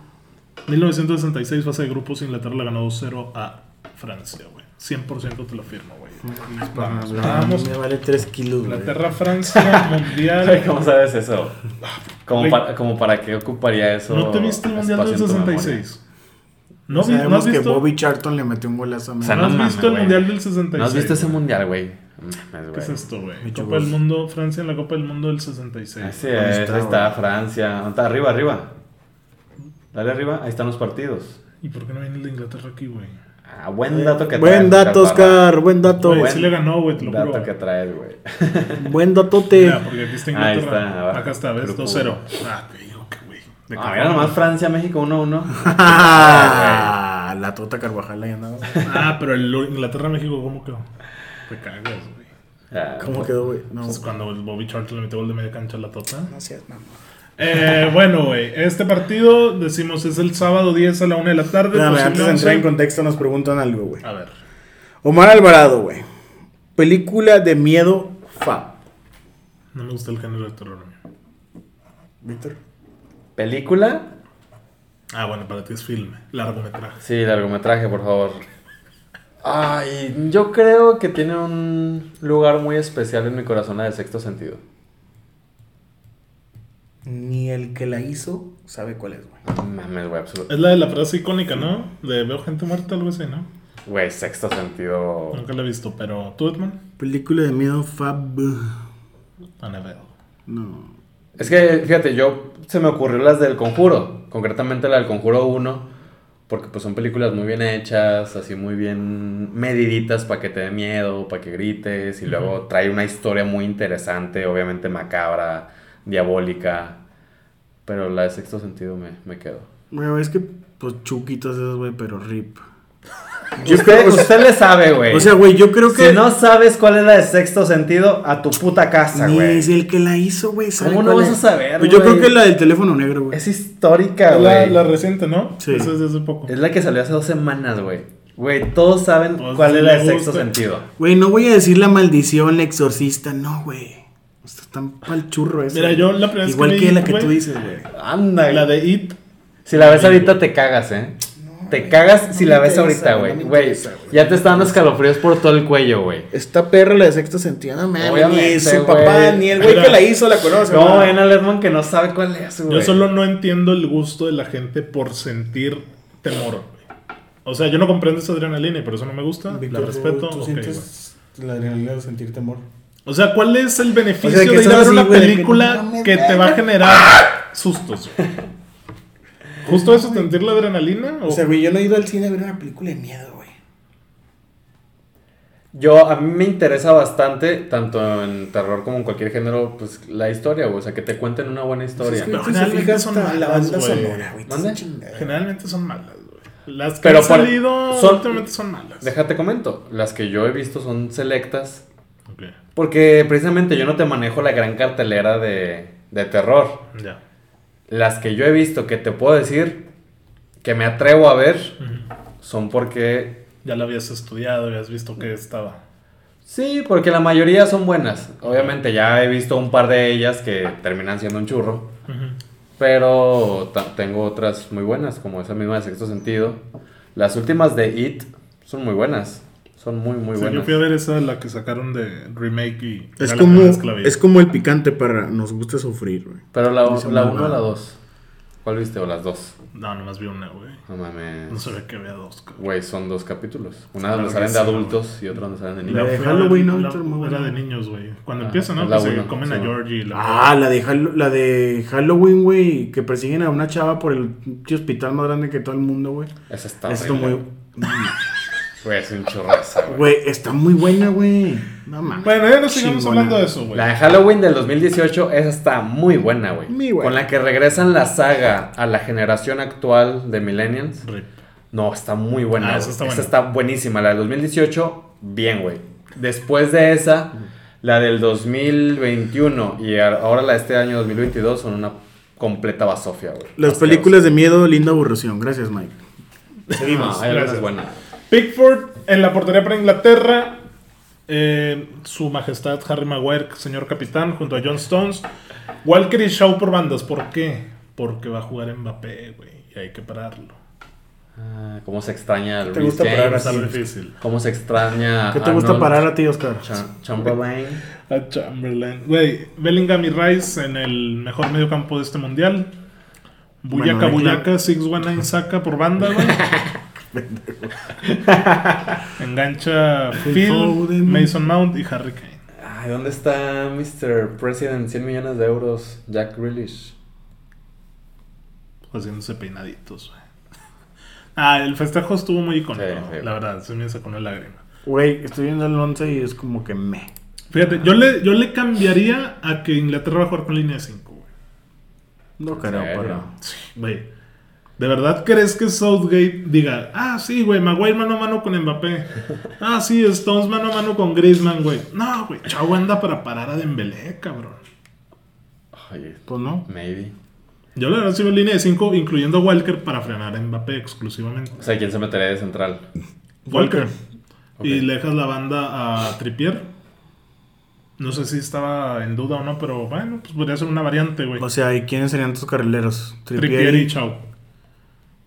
S1: 1966, fase de grupos, Inglaterra le ganó 2-0 a Francia, güey. 100% te lo firmo, güey. Vamos, vamos.
S4: Me vale 3 kilos, güey.
S1: Inglaterra,
S3: <laughs>
S1: Francia,
S3: Ay,
S1: Mundial.
S3: ¿Cómo sabes eso? Como
S1: Güey.
S3: para, como para qué ocuparía eso.
S1: ¿No te viste el Mundial del
S3: espacio en tu
S1: 66? ¿No, vi- ¿No
S4: Sabemos
S1: has
S4: que
S1: visto?
S4: Bobby Charlton le metió un golazo a
S3: O sea,
S1: ¿No
S3: no
S1: has
S3: mames,
S1: visto el
S3: güey.
S1: Mundial del
S3: memoria?
S1: 66?
S3: ¿No has visto ese
S1: güey?
S3: mundial, güey? Mames,
S1: ¿Qué es
S3: güey.
S1: esto, güey?
S4: Mucho
S1: Copa del
S4: gusto.
S1: Mundo, Francia en la Copa del Mundo del 66.
S3: Así
S4: Ahí
S3: es,
S4: está,
S3: ahí está,
S4: güey.
S3: Francia. ¿Dónde está? Arriba, arriba. Dale arriba, ahí están los partidos.
S1: ¿Y por qué no viene el de Inglaterra aquí, güey?
S3: Ah, buen dato que
S4: Buen
S3: traes,
S4: dato,
S3: Chaparra.
S4: Oscar. Buen dato.
S1: Güey, sí le ganó, güey, te lo
S3: Dato
S1: juro.
S3: que traes, güey. Ah,
S4: Buen datote.
S1: Mira, porque aquí está Inglaterra.
S3: Ahí está, abajo.
S1: Acá está, ves,
S3: Grupo
S1: 2-0. Ah, te digo que, güey. De
S3: Ah,
S1: cajón.
S3: mira nomás Francia,
S1: <laughs>
S3: México 1-1.
S4: Ah, la tota Carvajal ahí andaba.
S1: Ah, pero el Inglaterra-México, ¿cómo quedó? Te cagas, güey.
S3: Ah,
S4: ¿Cómo quedó, güey? No.
S1: Pues cuando el Bobby Charlton le metió gol de media cancha a la tota.
S2: No seas mamá.
S1: Eh, <laughs> bueno, güey, este partido, decimos, es el sábado 10 a la 1 de la tarde.
S2: Espérame,
S1: posible
S2: antes de entrar en
S1: once.
S2: contexto, nos preguntan algo, güey.
S1: A ver.
S2: Omar Alvarado, güey. Película de miedo, fa.
S1: No me gusta el género de terror. güey.
S2: Víctor.
S3: ¿Película?
S1: Ah, bueno, para ti es filme, largometraje.
S3: Sí, largometraje, por favor. Ay, yo creo que tiene un lugar muy especial en mi corazón la de sexto sentido.
S2: Ni el que la hizo sabe cuál es, güey.
S3: No mames, güey, absoluto.
S1: Es la de la frase icónica, ¿no? De veo gente muerta, algo así, ¿no?
S3: Güey, sexto sentido.
S1: Nunca la he visto, pero ¿tú, Edman?
S4: Película de miedo Fab.
S1: Annabelle.
S4: No.
S3: Es que, fíjate, yo se me ocurrió las del conjuro, concretamente la del conjuro 1, porque pues son películas muy bien hechas, así muy bien mediditas para que te dé miedo, para que grites, y luego trae una historia muy interesante, obviamente macabra, diabólica, pero la de sexto sentido me, me quedo.
S4: Güey, es que, pues, chuquitos esos, güey, pero rip.
S3: Usted, usted le sabe, güey.
S4: O sea, güey, yo creo que.
S3: si no sabes cuál es la de sexto sentido, a tu puta casa,
S4: ni
S3: güey.
S4: es el que la hizo, güey. sabe
S3: ¿Cómo no
S4: cuál
S3: vas
S4: es.
S3: a saber,
S4: Pues yo
S3: güey?
S4: creo que la del teléfono negro, güey.
S3: Es histórica,
S1: Es la,
S3: güey.
S1: la reciente, ¿no?
S4: Sí.
S1: Esa es de hace poco.
S3: Es la que salió hace dos semanas, güey. Güey, todos saben
S1: Pues,
S3: cuál
S1: sí
S3: es la
S1: me
S3: de sexto
S1: gusta.
S3: sentido.
S4: Güey, no voy a decir la maldición, la exorcista, no, güey. Está tan pal churro eso.
S1: Mira,
S4: güey.
S1: yo la primera vez
S4: Igual
S1: que
S4: que,
S1: leí,
S4: la que
S1: güey,
S4: tú dices, güey.
S3: Anda,
S1: La de It.
S3: Si la ves ahorita, te cagas, eh. Te cagas si
S2: no
S3: la
S2: me
S3: ves
S2: interesa,
S3: ahorita,
S2: güey, no
S3: güey.
S2: me
S3: Güey,
S2: interesa, güey.
S3: ya te está dando escalofríos por todo el cuello, güey.
S2: Esta perra, la de sexto sentido, no mames,
S3: Obviamente,
S2: Ni su papá,
S3: güey.
S2: ni el güey que la hizo la conoce,
S3: No,
S2: güey.
S3: en Alerman que no sabe cuál es, güey.
S1: Yo solo no entiendo el gusto de la gente por sentir temor, güey. O sea, yo no comprendo esa adrenalina y por eso no me gusta. la
S2: Víctor,
S1: respeto.
S2: ¿Tú
S1: ok,
S2: sientes la adrenalina de sentir temor?
S1: güey. O sea, ¿cuál es el beneficio
S2: O sea, que
S1: de ir a
S2: estás
S1: ver
S2: así,
S1: una
S2: güey, de que no
S1: película
S2: mames,
S1: que te va a
S2: <laughs>
S1: generar sustos? güey? ¿Justo eso, sentir la adrenalina? O...
S2: O sea, güey, yo no he ido al cine a ver una película de miedo, güey.
S3: Yo, a mí me interesa bastante, tanto en terror como en cualquier género, pues la historia, güey. O sea, que te cuenten una buena historia.
S2: Pues es que,
S1: No,
S2: güey, si
S1: generalmente
S2: fijas,
S1: son
S2: hasta la
S1: malas,
S2: banda
S1: güey.
S2: sonora, güey.
S3: ¿Dónde?
S2: está chingada.
S1: Generalmente son malas, güey. Las que
S3: Pero
S1: han
S3: por-
S1: salido
S3: son-
S1: últimamente son malas.
S3: Déjate comento, las que yo he visto son selectas,
S1: Ok,
S3: porque precisamente yo no te manejo la gran cartelera de, de terror.
S1: ya.
S3: Las que yo he visto que te puedo decir que me atrevo a ver
S1: Ujú.
S3: son porque...
S1: Ya la habías estudiado, habías visto que estaba.
S3: Sí, porque la mayoría son buenas. Obviamente ya he visto un par de ellas que terminan siendo un churro.
S1: Ujú.
S3: Pero ta- tengo otras muy buenas, como esa misma de sexto sentido. Las últimas de It son muy buenas. Son muy, muy
S1: O sea, yo
S3: buenas.
S1: fui a ver esa, la que sacaron de remake y...
S4: Es
S1: era la
S4: como,
S1: primera vez que la vi.
S4: es como el picante para nos gusta sufrir, güey.
S3: Pero la
S4: Dice
S3: 1 la
S4: muy
S3: uno o la
S4: buena.
S3: 2. ¿Cuál viste? O las dos.
S1: No, nomás vi una, güey.
S3: No mames.
S1: No se ve que vea dos, cabrón.
S3: Güey, son dos capítulos. Una donde
S1: Claro que
S3: salen
S1: sí,
S3: de
S1: Eh,
S3: adultos y otra donde salen de
S1: La
S3: niños.
S4: de
S1: fui a
S4: Halloween,
S1: ver-
S4: ¿no?
S1: la-
S4: Está muy
S1: Era
S4: buena.
S1: de niños, güey. Cuando
S3: Ah,
S1: empiezan,
S3: es
S1: ¿no?
S3: la
S1: Que se
S3: uno,
S1: comen
S3: sí,
S1: a
S3: no.
S1: Georgie. y la-
S4: Ah, la de, Hall- la de Halloween, güey, que persiguen a una chava por el pinche hospital más grande que todo el mundo, güey.
S3: Esa está
S4: Está
S3: horrible.
S4: muy, <laughs> Mm.
S3: Güey, es un chorrazo, güey.
S4: güey, está muy buena, güey. No mames.
S1: Bueno, ya no sigamos
S4: Chingona.
S1: hablando de eso, güey.
S3: La de Halloween del 2018, esa está muy buena, güey.
S4: Muy buena.
S3: Con la que regresan la saga a la generación actual de Millennials.
S1: Rip.
S3: No, está muy buena.
S1: Ah,
S3: güey.
S1: esa
S3: esa,
S1: está
S3: está
S1: buena.
S3: buenísima. La del 2018, bien, güey. Después de esa, la del 2021 y a- ahora la de este año 2022 son una completa basofia, güey.
S4: Las
S3: Asquerosa.
S4: películas de miedo, linda aburrición. Gracias, Mike.
S3: Seguimos. hay
S1: Gracias.
S3: algunas buenas.
S1: Pickford en la portería para Inglaterra. Eh, su majestad Harry Maguire, señor capitán, junto a John Stones. Walker y Shaw por bandas. ¿Por qué? Porque va a jugar Mbappé, güey. Y hay que pararlo.
S3: Ah, ¿Cómo se extraña el
S2: ¿Te gusta parar
S1: Está
S2: así?
S1: difícil.
S3: ¿Cómo se extraña
S4: ¿Qué te gusta
S3: Arnold
S4: parar a ti, Oscar?
S3: Cha- Chamberlain?
S1: A Chamberlain. Güey, Bellingham y Rice en el mejor mediocampo de este mundial. Buyaca,
S4: Bueno,
S1: Buyaca, 619 saca por banda, <laughs> güey. Engancha Phil,
S4: Foden.
S1: Mason Mount y Harry Kane.
S3: Ay, ¿dónde está Mr. President? 100 millones de euros, Jack Grealish.
S1: haciéndose peinaditos, güey. Ah, el festejo estuvo muy icónico,
S3: Sí,
S1: ¿no?
S3: sí.
S1: la verdad, se me sacó una lágrima.
S4: Güey, estoy viendo el 11 y es como que me.
S1: Fíjate, yo le, yo le cambiaría a que Inglaterra va a jugar con línea de 5, güey.
S4: No
S3: ¿En
S4: creo,
S3: serio?
S4: pero.
S1: Sí, güey. ¿De verdad crees que Southgate diga, ah, sí, güey, Maguire mano a mano con Mbappé? Ah, sí, Stones mano a mano con Griezmann, güey. No, güey, Chau anda para parar a Dembélé, cabrón.
S3: Ay,
S4: Pues no.
S3: maybe.
S1: Yo la verdad sí veo línea de 5, incluyendo a Walker, para frenar a Mbappé exclusivamente.
S3: O sea, ¿quién se metería de central?
S1: Walker.
S3: Ok.
S1: Y le dejas la banda a Tripier. No sé si estaba en duda o no, pero bueno, pues podría ser una variante, güey.
S2: Pues,
S4: O sea, ¿y quiénes serían tus carrileros?
S1: Tripier y
S4: Tripieri,
S1: Chau.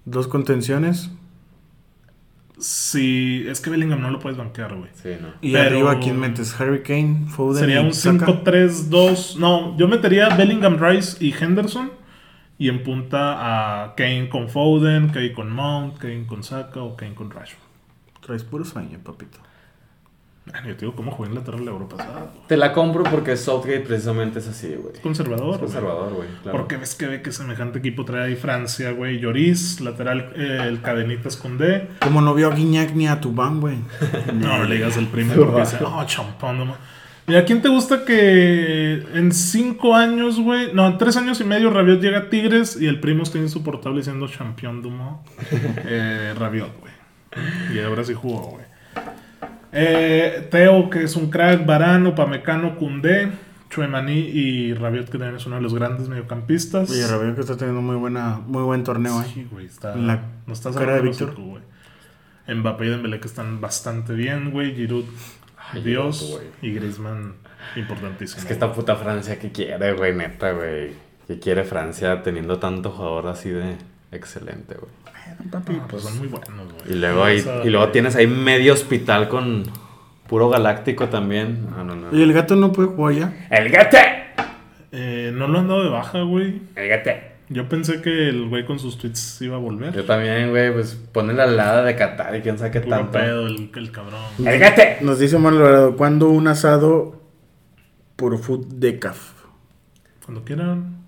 S4: dos contenciones.
S1: Sí, es que Bellingham no lo puedes banquear, güey.
S3: Sí, no.
S4: Y
S1: Pero-
S4: arriba, ¿quién metes? Harry Kane, Foden.
S1: Sería
S4: y
S1: un
S4: Saka.
S1: 5-3-2. No, yo metería Bellingham Rice y Henderson. Y en punta a Kane con Foden, Kane con Mount, Kane con Saka o Kane con Rashford.
S4: Traes puro sueño, papito.
S1: Man, Yo te digo, ¿cómo jugó Inglaterra la Euro pasada? güey?
S3: Te la compro porque Southgate precisamente es así, güey.
S1: Es
S3: Es
S1: Conservador. güey.
S3: conservador, güey. claro.
S1: Porque ves que ve que semejante equipo trae ahí Francia, güey. Lloris, lateral, eh, el cadenitas con D.
S4: Como no vio a Guiñac ni a Tubán, güey.
S1: No, no le digas el primero porque dice, oh, champán, no ma-". Mira, ¿quién te gusta que en cinco años, güey? No, en tres años y medio Rabiot llega a Tigres y el primo está insoportable siendo champión Dumo. Eh, Rabiot, güey. Y ahora sí jugó, güey. Eh, Teo, que es un crack, Varano, Pamecano, Cundé, Chuemaní y Rabiot, que también es uno de los grandes mediocampistas.
S4: Oye, Rabio que está teniendo muy buena, muy buen torneo, eh.
S1: Sí, güey, está.
S4: La
S1: no está
S4: cara de
S1: cerrando el
S4: Víctor.
S1: hocico, güey. Mbappé y Dembélé que están bastante bien, güey. Giroud,
S3: Ay,
S1: Dios.
S3: Giroud, güey.
S1: y Griezmann, importantísimo.
S3: Es que esta puta Francia, ¿qué quiere, güey? Neta, güey. ¿Qué quiere Francia teniendo tanto jugador así de excelente, güey?
S1: Ah, pues son muy buenos, güey.
S3: Y luego, ahí-
S1: O sea,
S3: y luego tienes ahí medio hospital con puro galáctico también. No, no, no.
S4: Oye, el gato no puede jugar ya.
S3: ¡El gato!
S1: eh, no lo han dado de baja, güey.
S3: ¡El gato!
S1: Yo pensé que el güey con sus tweets iba a volver.
S3: Yo también, güey, pues ponen la alada de Qatar y quién sabe qué
S1: Puro
S3: tanto.
S1: pedo el, el cabrón.
S3: ¡El gato!
S4: Nos dice Manuel Alvarado, ¿cuándo un asado por Food Decaf.
S1: Cuando quieran.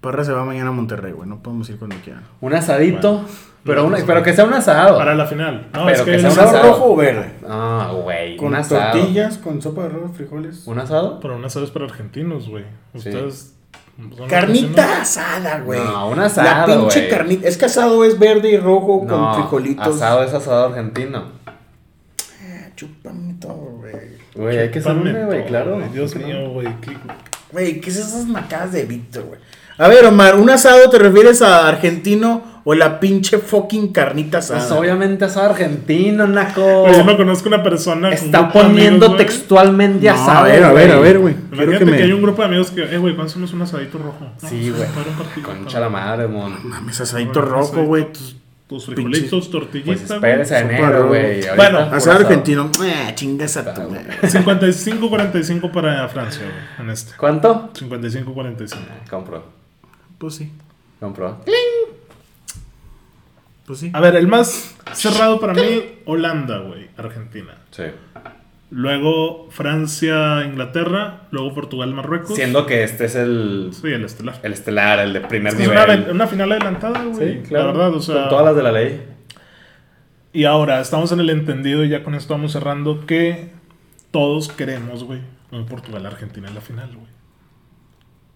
S4: Parra se va mañana a Monterrey, güey. No podemos ir cuando quieran.
S3: Un asadito.
S1: Bueno.
S3: pero, una- pero que sea un asado.
S1: Para la final. No,
S3: Pero
S1: es que,
S3: que sea
S1: es
S3: un
S2: ¿Sabor
S3: asado.
S2: rojo o verde?
S3: Ah, güey.
S2: Con
S3: Un asado.
S2: tortillas, con sopa de arroz, frijoles.
S3: ¿Un asado?
S1: Pero un asado es para argentinos, güey. Ustedes. son
S2: Carnita
S1: argentinos.
S2: asada, güey.
S3: No, un asado,
S2: La pinche
S3: güey.
S2: carnita. Es que asado es verde y rojo con frijolitos.
S3: Asado es asado argentino.
S2: Ah, Chúpame todo, güey.
S3: Güey, hay que ser
S1: Chúpame
S3: una, güey,
S1: todo,
S3: claro.
S1: güey. Dios
S3: Claro.
S1: mío, güey. qué-
S2: Güey, ¿qué es esas macadas de Víctor, güey? A ver, Omar, ¿un asado te refieres a argentino o la pinche fucking carnita asada?
S3: Pues obviamente asado argentino, Naco.
S1: Güey, yo no conozco una persona. con un
S3: Está
S1: grupo de
S3: poniendo
S1: amigos, güey.
S3: textualmente
S4: No,
S3: asado.
S4: a ver, a ver, a ver, güey. Quiero
S1: Imagínate
S4: que
S1: que,
S4: me.
S1: hay un grupo de amigos que, eh, güey, ¿cuándo hacemos un asadito rojo? No,
S3: Sí,
S1: pues,
S3: güey.
S1: para un partido,
S3: Concha
S1: para-
S3: la madre, mon.
S4: Mames, asadito rojo, güey. tus-
S1: Tus frijolitos,
S3: Pues
S1: tortillita, güey.
S3: espérese a
S4: Sopa
S3: enero,
S4: roja.
S3: güey. ahorita
S1: Bueno,
S3: puro
S4: Asado argentino. Ah, chingas a tu
S3: Está,
S4: madre.
S1: 55-45 para Francia, güey, en este.
S3: ¿Cuánto? Eh,
S1: 55-45.
S3: Compro.
S4: Pues sí.
S3: Compro.
S4: Pues sí.
S1: A ver, el más cerrado para mí, Holanda, güey, Argentina.
S3: Sí.
S1: Luego Francia, Inglaterra, luego Portugal, Marruecos.
S3: Siendo que este es el,
S1: Sí, el estelar.
S3: el estelar, el de primer
S1: Es que es una,
S3: nivel.
S1: ave- una final adelantada, güey. La verdad, o sea.
S3: Con todas las de la ley.
S1: Y ahora, estamos en el entendido y ya con esto vamos cerrando que todos queremos, güey, un Portugal-Argentina en la final, güey.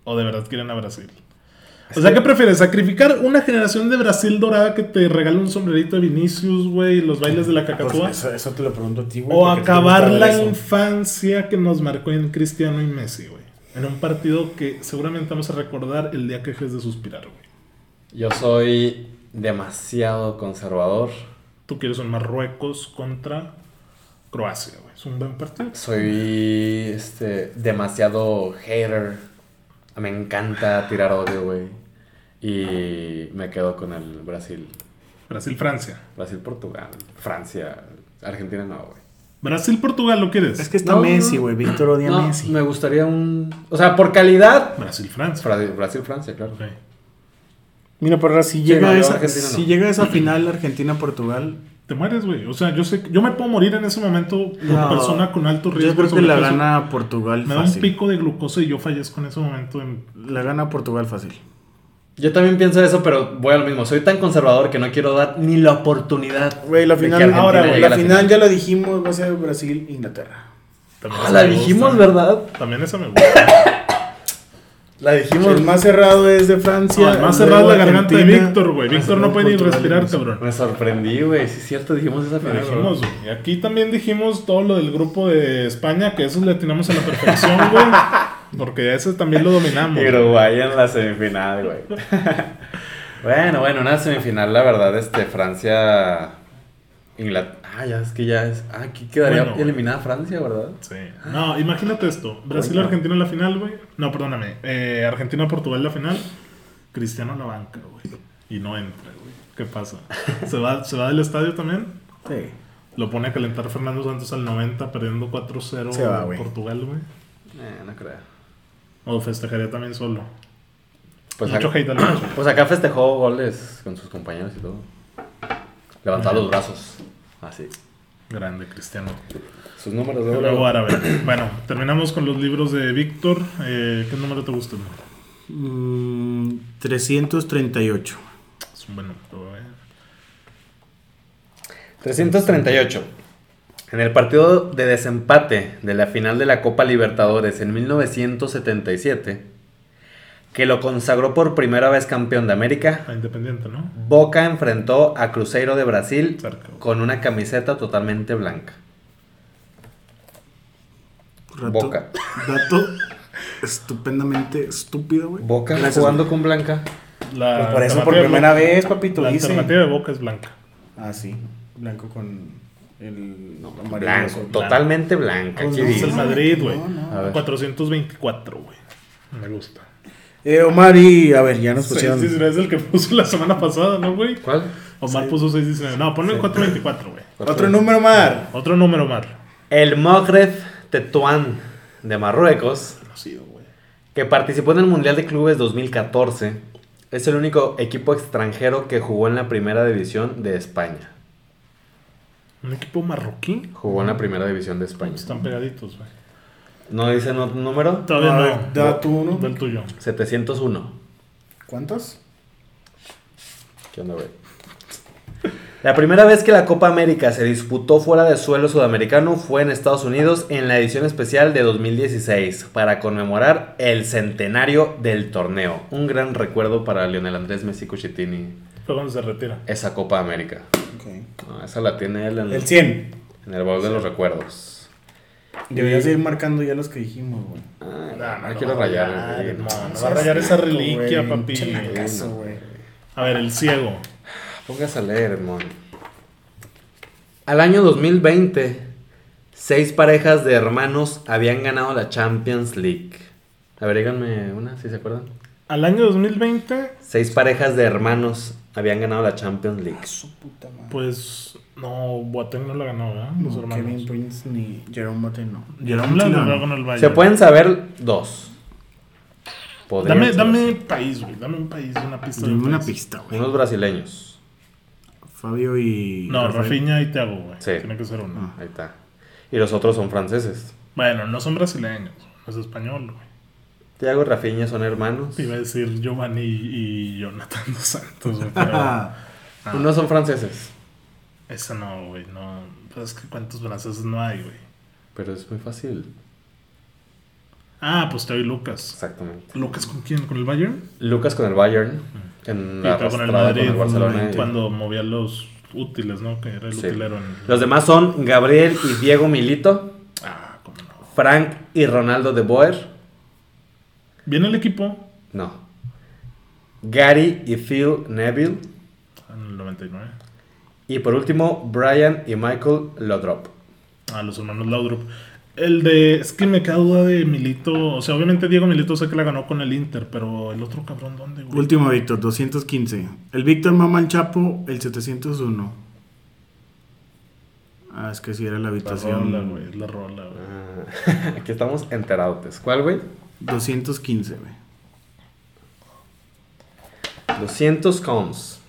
S1: O de verdad quieren a Brasil. O
S2: Este-
S1: sea, ¿qué prefieres? ¿Sacrificar una generación de Brasil dorada que te regala un sombrerito de Vinicius, güey, y los bailes de la cacatúa?
S2: Pues eso, eso te lo pregunto a ti, güey.
S1: O
S2: porque te
S1: acabar
S2: gusta ver
S1: la
S2: eso.
S1: infancia que nos marcó en Cristiano y Messi, güey. En un partido que seguramente vamos a recordar el día que dejes de suspirar, güey.
S3: Yo soy demasiado conservador.
S1: Tú quieres un Marruecos contra Croacia, güey. Es un buen partido.
S3: Soy este demasiado hater. Me encanta tirar odio, güey. Y me quedo con el Brasil.
S1: Brasil-Francia.
S3: Brasil, Portugal, Francia, Argentina no, güey.
S1: Brasil-Portugal, ¿lo quieres?
S4: Es que está
S3: No,
S4: Messi,
S3: no.
S4: güey. Víctor odia a
S3: No,
S4: Messi.
S3: me gustaría un, o sea, por calidad
S1: Brasil-Francia.
S3: Fra- Brasil, Francia, claro.
S1: Ok.
S4: Mira, Parra, si
S3: Sí,
S4: llega,
S3: no, yo
S4: esa,
S3: Argentina
S4: si
S3: no.
S4: llega esa final Argentina-Portugal,
S1: Te mueres, güey. O sea, yo sé que- yo me puedo morir en ese momento como
S4: No.
S1: persona con alto riesgo.
S4: yo creo que
S1: sobre
S4: la
S1: peso.
S4: gana Portugal
S1: Me da un
S4: fácil.
S1: pico de glucosa y yo fallezco en ese momento. en-
S4: La gana Portugal fácil.
S3: Yo también pienso eso, pero voy a lo mismo. Soy tan conservador que no quiero dar ni la oportunidad.
S4: Güey, la
S3: de que
S4: final-
S3: Argentina
S1: ahora, güey,
S3: llegue
S2: La,
S3: a
S2: final, ya lo dijimos, va a ser Brasil-Inglaterra.
S1: También
S3: Ah,
S1: esa
S3: la
S1: me
S3: dijimos,
S1: gusta.
S3: ¿verdad?
S1: También esa me
S3: <coughs>
S1: gusta.
S3: La dijimos.
S2: El más cerrado es de Francia.
S1: Además, más
S2: luego
S1: cerrada la garganta de
S2: Argentina,
S1: Víctor, güey. Víctor no
S4: Brasil,
S1: puede ni
S4: Portugal,
S1: respirar,
S4: Brasil.
S1: cabrón.
S3: Me sorprendí, güey. Sí, es cierto, dijimos esa
S1: Lo
S3: final. güey.
S1: dijimos, güey. Aquí también dijimos todo lo del grupo de España, que eso le atinamos a la perfección,
S3: <laughs>
S1: güey. Porque ese también lo dominamos.
S3: Y Uruguay en la semifinal, güey. <laughs> bueno, bueno, una semifinal, la verdad, este, Francia. Inglaterra. Ah, ya es que ya es. Ah, aquí quedaría
S1: Bueno, güey.
S3: eliminada Francia, ¿verdad?
S1: Sí. No, imagínate esto. Brasil-Argentina en la final, güey. No, perdóname. Eh, Argentina-Portugal en la final. Cristiano a la banca, güey. Y no entra, güey. ¿Qué pasa? ¿Se va, ¿Se va del estadio también?
S2: Sí.
S1: Lo pone a calentar Fernando Santos al 90, perdiendo 4-0
S2: Se va, güey.
S1: Portugal, güey.
S3: Eh, no creo.
S1: O festejaría también solo.
S3: Pues,
S1: Mucho
S3: acá,
S1: hate al macho.
S3: pues acá festejó goles con sus compañeros y todo. Levantaba los brazos. Así.
S1: Grande, Cristiano.
S3: Sus números de
S1: Luego
S3: gol.
S1: árabe. Bueno, terminamos con los libros de Víctor. Eh, ¿Qué número te gusta? Omar?
S4: Mm, 338.
S1: Es un buen número, güey.
S3: 338. En el partido de desempate de la final de la Copa Libertadores en 1977, que lo consagró por primera vez campeón de América,
S1: Está independiente, ¿no?
S3: Boca enfrentó a Cruzeiro de Brasil
S1: Cerca, güey.
S3: con una camiseta totalmente blanca.
S4: Rato-
S3: Boca.
S4: Dato estupendamente estúpido, güey.
S3: Boca
S4: Gracias,
S3: jugando con blanca.
S1: La
S2: Pues por eso,
S1: alternativa
S2: por
S1: de
S2: primera
S1: Boca-
S2: vez, papito,
S1: La
S2: dice.
S1: alternativa de Boca es blanca.
S2: Ah, sí. Blanco con el amarillo.
S3: Blanco, totalmente blanca.
S2: Pues
S3: ¿qué
S2: no,
S1: Es
S3: dices?
S1: el Madrid, güey.
S2: No, no.
S3: A ver.
S1: 424, güey. Me gusta.
S2: Eh, Omar y, a ver, ya nos pusieron.
S1: 619 es el que puso la semana pasada, ¿no, güey?
S3: ¿Cuál?
S1: Omar puso 619. No, ponle 424, güey.
S2: Otro número, Omar.
S1: Otro número, Omar.
S3: El Mogreb Tetuán de Marruecos
S1: Conocido, güey.
S3: que participó en el Mundial de Clubes 2014, es el único equipo extranjero que jugó en la primera división de España.
S1: Un equipo marroquí.
S3: Jugó en la primera división de España.
S1: Están pegaditos, güey.
S3: ¿No dice no- número?
S1: Todavía
S2: Ah,
S1: no.
S2: da tú uno.
S1: Del tuyo.
S3: 701.
S2: ¿Cuántos?
S3: ¿Qué onda, güey? La primera vez que la Copa América se disputó fuera de suelo sudamericano fue en Estados Unidos en la edición especial de 2016 para conmemorar el centenario del torneo. Un gran recuerdo para Lionel Andrés Messi Cuchitini,
S1: Fue cuando se retira.
S3: esa Copa América.
S2: Ok.
S3: No, esa la tiene él en
S2: El 100.
S3: en el baúl de los recuerdos.
S2: Deberías ir marcando ya los que dijimos, güey. Ah,
S3: Ay,
S1: No, no,
S3: no
S1: no
S3: quiero
S1: va a
S3: rayar.
S1: rayar,
S3: güey, no.
S1: hermano. va a rayar esa reliquia,
S2: Güey,
S1: papi.
S2: pinche nacazo, güey.
S1: A ver, el ciego.
S3: Póngase a leer, hermano. Al año 2020, seis parejas de hermanos habían ganado la Champions League. A ver, díganme una, si se acuerdan.
S1: Al año 2020,
S3: Seis parejas de hermanos habían ganado la Champions League.
S2: Su puta madre.
S1: pues no, Boateng no la ganó, ¿verdad? Los
S4: No,
S1: hermanos.
S4: Kevin Prince ni Jerome Boateng, no.
S1: Jerome la
S4: Sí, no.
S1: ganó con el Bayern.
S3: Se pueden saber dos. Podrían
S1: Dame,
S3: ser
S1: dame
S3: así.
S1: país, güey. Dame un país, una pista. de un
S4: Dime una
S1: país.
S4: pista, güey.
S3: Unos brasileños.
S4: Fabio y.
S1: No,
S4: Rafael.
S1: Rafinha y Thiago, güey.
S3: Sí.
S1: Tiene que ser uno.
S4: Ah.
S3: Ahí está. Y los otros son franceses.
S1: Bueno, no son brasileños. no Es español, güey.
S3: Thiago y Rafinha son hermanos.
S1: Te Iba a decir Giovanni y Jonathan dos Santos, güey.
S4: <laughs>
S1: Pero Ah.
S3: Unos son franceses.
S1: esa no, güey. No. Pero es que cuántos franceses no hay, güey.
S3: Pero es muy fácil.
S1: Ah, pues te doy Lucas.
S3: Exactamente.
S1: ¿Lucas con quién? ¿Con el Bayern?
S3: Lucas con el Bayern. En
S1: Y
S3: la
S1: otro con el
S3: arrastrada
S1: Madrid.
S3: con el Barcelona. y-
S1: Cuando movía los útiles, ¿no? Que era el
S3: Sí.
S1: utilero en.
S3: Los demás son Gabriel y Diego Milito.
S1: Ah, cómo no.
S3: Frank y Ronaldo de Boer.
S1: Viene el equipo
S3: No. Gary y Phil Neville.
S1: en el 99.
S3: Y por último, Brian y Michael Lodrop.
S1: A los hermanos Laudrup. El de. Es que me queda duda de Milito. O sea, obviamente Diego Milito sé que la ganó con el Inter, pero el otro cabrón, ¿dónde, güey?
S4: Último Víctor, 215. El Víctor mama al Chapo, el 701. Ah, es que sí era la
S1: La
S4: habitación.
S1: rola, güey. Es la rola, güey.
S3: <laughs> Aquí estamos enterados. ¿Cuál, güey?
S4: 215, güey.
S3: 200 cons.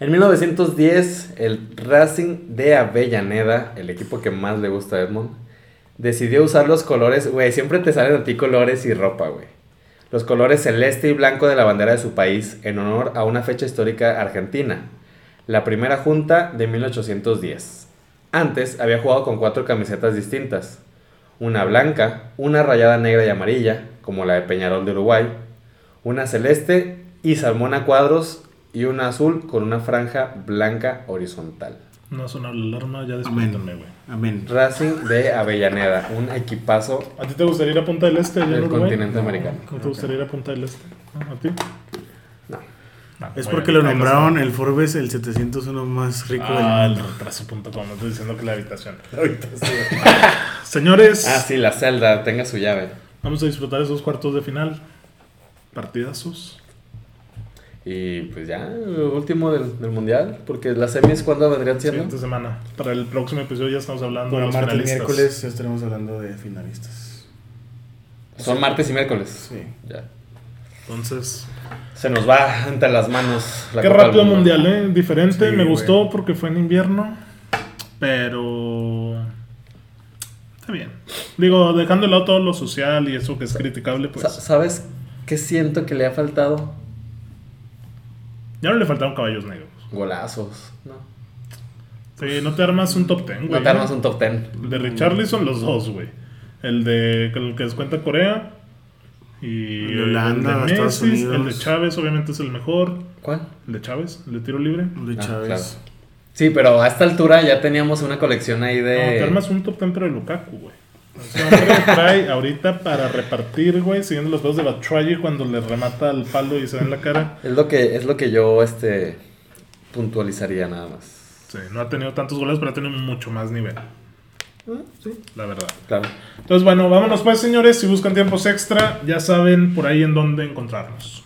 S3: En 1910, el Racing de Avellaneda, el equipo que más le gusta a Edmond, decidió usar los colores, güey, siempre te salen a ti colores y ropa, güey. Los colores celeste y blanco de la bandera de su país en honor a una fecha histórica argentina, la primera junta de 1810. Antes había jugado con cuatro camisetas distintas, una blanca, una rayada negra y amarilla, como la de Peñarol de Uruguay, una celeste y salmón a cuadros y una azul con una franja blanca horizontal.
S1: No suena la alarma, ya
S4: Amén.
S1: despiértame, güey.
S4: Amén.
S3: Racing de Avellaneda, un equipazo
S1: ¿A ti te gustaría ir a Punta del Este? allá en
S3: del
S1: Uruguay?
S3: continente americano.
S1: ¿No te gustaría ir a Punta del Este? ¿No? ¿A ti? Ah,
S3: No.
S1: No,
S4: Es
S1: muy
S4: porque
S1: bien.
S4: lo nombraron el Forbes el 701 más rico
S1: Ah,
S4: del
S1: el
S4: mundo.
S1: retraso.com. Estoy diciendo que la habitación.
S2: Ahorita sí, güey.
S1: <laughs> Señores,
S3: Ah, sí, la celda, tenga su llave.
S1: vamos a disfrutar esos cuartos de final. Partidazos.
S3: Y pues ya, lo último del, del mundial, porque las semis, ¿cuándo vendrían siendo?
S1: Siguiente semana. Para el próximo episodio ya estamos hablando de
S2: Bueno,
S1: los
S2: martes y
S1: finalistas.
S2: miércoles estaremos hablando de finalistas.
S3: Son martes y miércoles.
S2: Sí.
S3: Ya.
S1: Entonces,
S3: Se nos va entre las manos la
S1: qué
S3: Copa del
S1: rápido
S3: Mundo.
S1: mundial, ¿eh? Diferente.
S2: Sí,
S1: Me
S2: güey.
S1: gustó porque fue en invierno. Pero. Está bien. Digo, dejando de lado todo lo social y eso que es criticable,
S3: Sa-
S1: pues.
S3: ¿Sabes qué siento que le ha faltado?
S1: Ya no le faltaron caballos negros.
S3: Golazos. No,
S1: Sí, no te armas un top ten, güey.
S3: no te armas un top ten.
S1: El de Richarlison, los dos, güey. El de el que descuenta Corea. Y
S4: El de Holanda,
S1: el de
S4: Estados
S1: Messi, el de
S4: Unidos.
S1: Chávez, obviamente es el mejor.
S3: ¿Cuál?
S1: El de Chávez, el de tiro libre. No,
S4: De
S3: Ah,
S4: Chávez.
S3: claro. Sí, pero a esta altura ya teníamos una colección ahí de.
S1: te armas un top ten, pero de Lukaku, güey. Ese hombre trae ahorita para repartir, güey, siguiendo los dos de Batshuayi cuando le remata al palo y se da en la cara.
S3: Es lo que, es lo que yo este puntualizaría nada más.
S1: Sí, no ha tenido tantos goles, pero ha tenido mucho más nivel. La verdad.
S3: Claro.
S1: Entonces, bueno, vámonos pues, señores. Si buscan tiempos extra, ya saben por ahí en dónde encontrarnos.